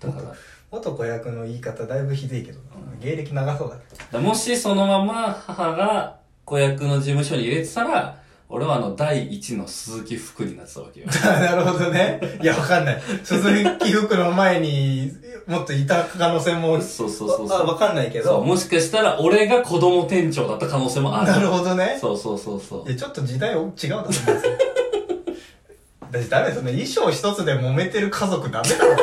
Speaker 2: だからだか
Speaker 1: 元子役の言い方だいぶひでえけどな。芸歴長そうだけど。
Speaker 2: らもしそのまま母が子役の事務所に入れてたら俺はあの第一の鈴木福になってた わけよ
Speaker 1: なるほどね。いや、わかんない。鈴木福の前にもっといた可能性も、
Speaker 2: そうそうそう
Speaker 1: あ、
Speaker 2: そ
Speaker 1: わ
Speaker 2: う
Speaker 1: かんないけ
Speaker 2: そう
Speaker 1: ど。
Speaker 2: もしかしたら俺が子供店長だった可能性もある
Speaker 1: なるほどね。
Speaker 2: そうそうそうそう
Speaker 1: いや、ちょっと時代を違うだろ、まず 私、ダメですね。衣装一つで揉めてる家族ダメ だろ。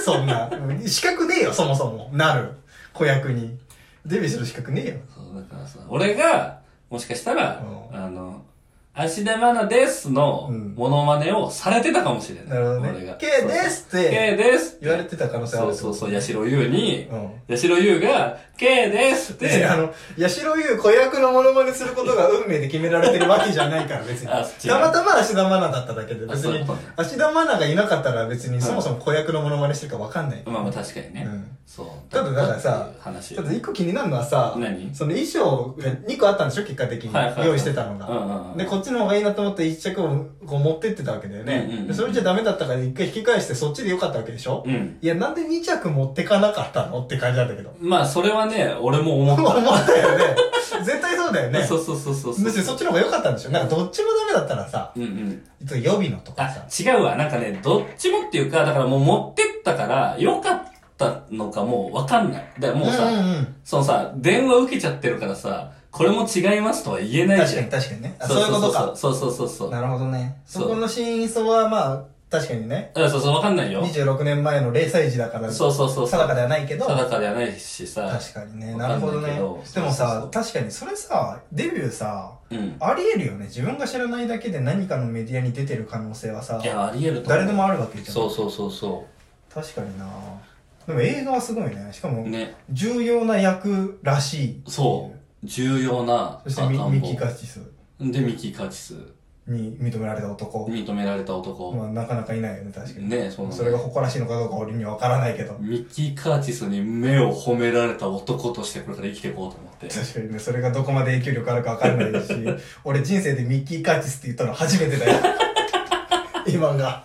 Speaker 1: そんな。資格ねえよ、そもそも。なる。子役に。デビューする資格ねえよ。
Speaker 2: そうだからさ俺がもしかしたら、
Speaker 1: う
Speaker 2: あの芦田愛菜ですの
Speaker 1: うん
Speaker 2: モノマネをされてたかもしれない。
Speaker 1: なるほど
Speaker 2: 俺が
Speaker 1: ね。K ですっ
Speaker 2: K
Speaker 1: て
Speaker 2: です
Speaker 1: 言われてた可能性あ
Speaker 2: そ
Speaker 1: る
Speaker 2: うそうそう、八代優に、
Speaker 1: う。うん。
Speaker 2: 八代優が、K ですっ
Speaker 1: で、
Speaker 2: て
Speaker 1: あ、の、八代優子役のモノマネすることが運命で決められてるわけじゃないから、別に。
Speaker 2: あ
Speaker 1: た
Speaker 2: 違う
Speaker 1: またま芦田愛菜だっただけで、
Speaker 2: あ
Speaker 1: 別
Speaker 2: そういう
Speaker 1: に
Speaker 2: ことね、
Speaker 1: 芦田愛菜がいなかったら別に
Speaker 2: い
Speaker 1: そもそも子役のモノマネしてるかわかんない。
Speaker 2: まあまあ確かにね。
Speaker 1: うん
Speaker 2: そう。
Speaker 1: ただだからさ
Speaker 2: っていう話
Speaker 1: ちょっと一個気になるのはさ、
Speaker 2: 何
Speaker 1: その衣装が2個あったんでしょ結果的に
Speaker 2: はいはい。はい
Speaker 1: 用意してたの
Speaker 2: う
Speaker 1: が。
Speaker 2: んうんうん。
Speaker 1: で、こっちの方がいいなと思って1着をこう持ってってたわけだよ
Speaker 2: うんうんう
Speaker 1: ね
Speaker 2: ん。
Speaker 1: でそれじゃダメだったから一回引き返してそっちでよかったわけでしょ
Speaker 2: うん。
Speaker 1: いや、なんで2着持ってかなかったのって感じなんだけど。
Speaker 2: まあそれはね、俺も思っ
Speaker 1: 思ったよ ね。絶対そうだよ
Speaker 2: た。
Speaker 1: ね。
Speaker 2: そうそうそうそう。
Speaker 1: むしろそっちの方が良かったんでしょなんかどっちもダメだったらさ、
Speaker 2: うんうん。
Speaker 1: いつも予備のとか
Speaker 2: あ
Speaker 1: さ、。
Speaker 2: 違うわ。なんかね、どっちもっていうか、だからもう持ってったから、良かったのかもうわかんない。だからもう
Speaker 1: うん
Speaker 2: さ、
Speaker 1: うんうん
Speaker 2: そのさ、電話受けちゃってるからさ、これも違いますとは言えない
Speaker 1: 確
Speaker 2: じ
Speaker 1: か
Speaker 2: ゃ
Speaker 1: に
Speaker 2: ん。
Speaker 1: 確かにね。あそういうことか。
Speaker 2: そうそうそうそう。
Speaker 1: なるほどね。
Speaker 2: そ
Speaker 1: そうこの真相はまあ、確かにね。
Speaker 2: うんそうそう、わかんないよ。
Speaker 1: 26年前の0歳児だから、
Speaker 2: そうそうそう。
Speaker 1: 定かではないけど、
Speaker 2: 定かではないしさ。
Speaker 1: 確かにね。
Speaker 2: わ
Speaker 1: な
Speaker 2: か
Speaker 1: る
Speaker 2: んない
Speaker 1: ほ
Speaker 2: けど
Speaker 1: どね。
Speaker 2: そ
Speaker 1: で
Speaker 2: うそう
Speaker 1: も
Speaker 2: そ
Speaker 1: さ、
Speaker 2: う
Speaker 1: 確かにそれさ、デビューさ、
Speaker 2: うん。
Speaker 1: ありえるよね。自分が知らないだけで何かのメディアに出てる可能性はさ
Speaker 2: い、や、あり得ると思う。
Speaker 1: 誰でもあるわけじゃん。
Speaker 2: そうそうそうそ
Speaker 1: 確かになでも映画はすごいね。しか
Speaker 2: う。
Speaker 1: も、
Speaker 2: ね。
Speaker 1: 重要な役らしい。
Speaker 2: そう。重要な
Speaker 1: そしてミ
Speaker 2: 赤ん坊
Speaker 1: ミキ・カチス
Speaker 2: で、ミキカチス。
Speaker 1: に認められた男。
Speaker 2: 認められた男。
Speaker 1: まあ、なかなかいないよね、確かに。
Speaker 2: ねそうなんだ
Speaker 1: それが誇らしいのかどうか俺にはわからないけど。
Speaker 2: ミッキー・カーチスに目を褒められた男としてこれから生きていこうと 思って。
Speaker 1: 確かにね、それがどこまで影響力あるかわからないし、 俺人生でミッキー・カーティスって言ったの初めてだよ。 今が。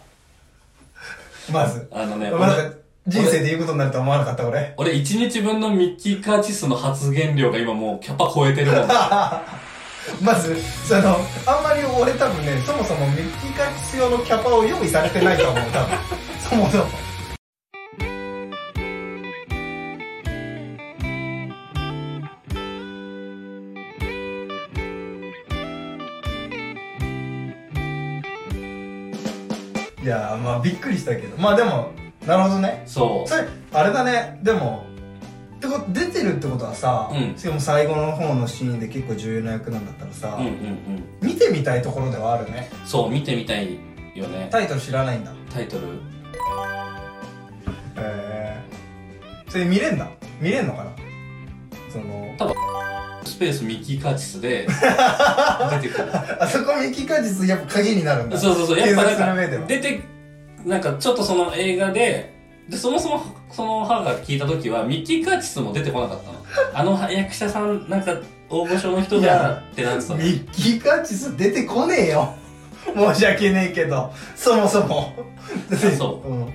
Speaker 1: まず。
Speaker 2: あのね、
Speaker 1: まさ
Speaker 2: 俺
Speaker 1: か人生で言うことになるとは思わなかった俺。
Speaker 2: 俺一日分のミッキー・カーチスの発言量が今もうキャパ超えてるもん。
Speaker 1: まずそのあんまり俺多分ねそもそもミッキーカッツ用のキャパを用意されてないと思う多分そもそもいやーまあびっくりしたけどまあでもなるほどね
Speaker 2: そ
Speaker 1: それあれだねでもってこと出てるってことはさ、
Speaker 2: うん
Speaker 1: しかも最後の方のシーンで結構重要な役なんだったらさ
Speaker 2: う。、うんうんうん。
Speaker 1: 見てみたいところではあるね
Speaker 2: そう、見てみたいよね。
Speaker 1: タイトル知らないんだ
Speaker 2: タイトル。
Speaker 1: へえそれ見れんだ見れんのかなその
Speaker 2: スペースミッキーカーチス で出てくる。
Speaker 1: あそこミキ果実やっぱ鍵になるんだ
Speaker 2: そうそうそう。やっぱ
Speaker 1: 警察の
Speaker 2: な
Speaker 1: 目では
Speaker 2: んか、出て、なんかちょっとその映画で、で、そもそもその母が聞いた時は、ミッキー・カーチスも出てこなかったの。あの役者さん、なんか、大御所の人だなってなってたの。
Speaker 1: ミッキーカチス出てこねえよ申し訳ねえけどそもそもだって
Speaker 2: そ
Speaker 1: うん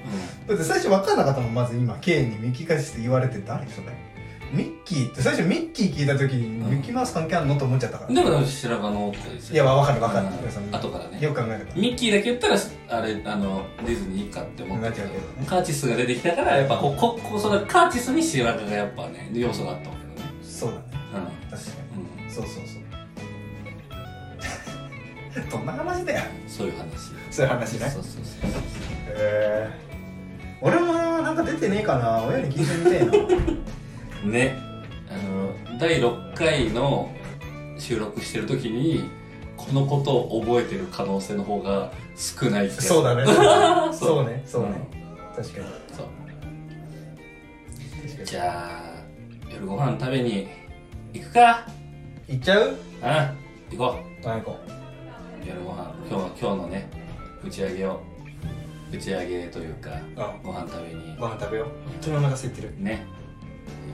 Speaker 1: だって最初分かんなかったもんまず今 K にミッキー返しって言われて誰それミッキーって最初ミッキー聞いた時に
Speaker 2: うん
Speaker 1: ミッキーマウス関係あんのと思っちゃったか
Speaker 2: うん。
Speaker 1: ら
Speaker 2: でも、でも白髪の夫です
Speaker 1: いや分かる分かる
Speaker 2: うん
Speaker 1: その
Speaker 2: 後からね。
Speaker 1: よく考えれば
Speaker 2: ミッキーだけ言ったら、あれ、あの、ディズニーいいかって思ってたけど
Speaker 1: なっちゃうけどね
Speaker 2: カーチスが出てきたから、やっぱこう、ここそのカーチスに白髪がやっぱね、要素があったわけだね。
Speaker 1: そうだね確か
Speaker 2: うん。
Speaker 1: にそうそう そうどんな話だよ
Speaker 2: うん。そういう話。
Speaker 1: そういう話ね
Speaker 2: そうそうそうそう。
Speaker 1: へえ俺もなんか出てねえかな親に聞いてみ てえな
Speaker 2: ねあの第6回の収録してる時にこのことを覚えてる可能性の方が少ないって
Speaker 1: そう
Speaker 2: だ
Speaker 1: だね
Speaker 2: そう
Speaker 1: そうねそうね確かに
Speaker 2: そう
Speaker 1: 確か
Speaker 2: じゃあ夜ご飯食べに行くか
Speaker 1: に行っちゃう
Speaker 2: うん行こ
Speaker 1: 何個
Speaker 2: う夜ご飯今日は今日のね打ち上げを打ち上げというか
Speaker 1: あ
Speaker 2: ご飯食べに
Speaker 1: ご飯食べよう本当にお腹空いてる
Speaker 2: ね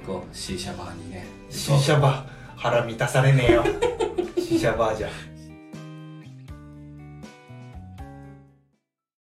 Speaker 2: 行こうシーシャバーにね
Speaker 1: シーシャバー腹満たされねえよシーシャバーじゃ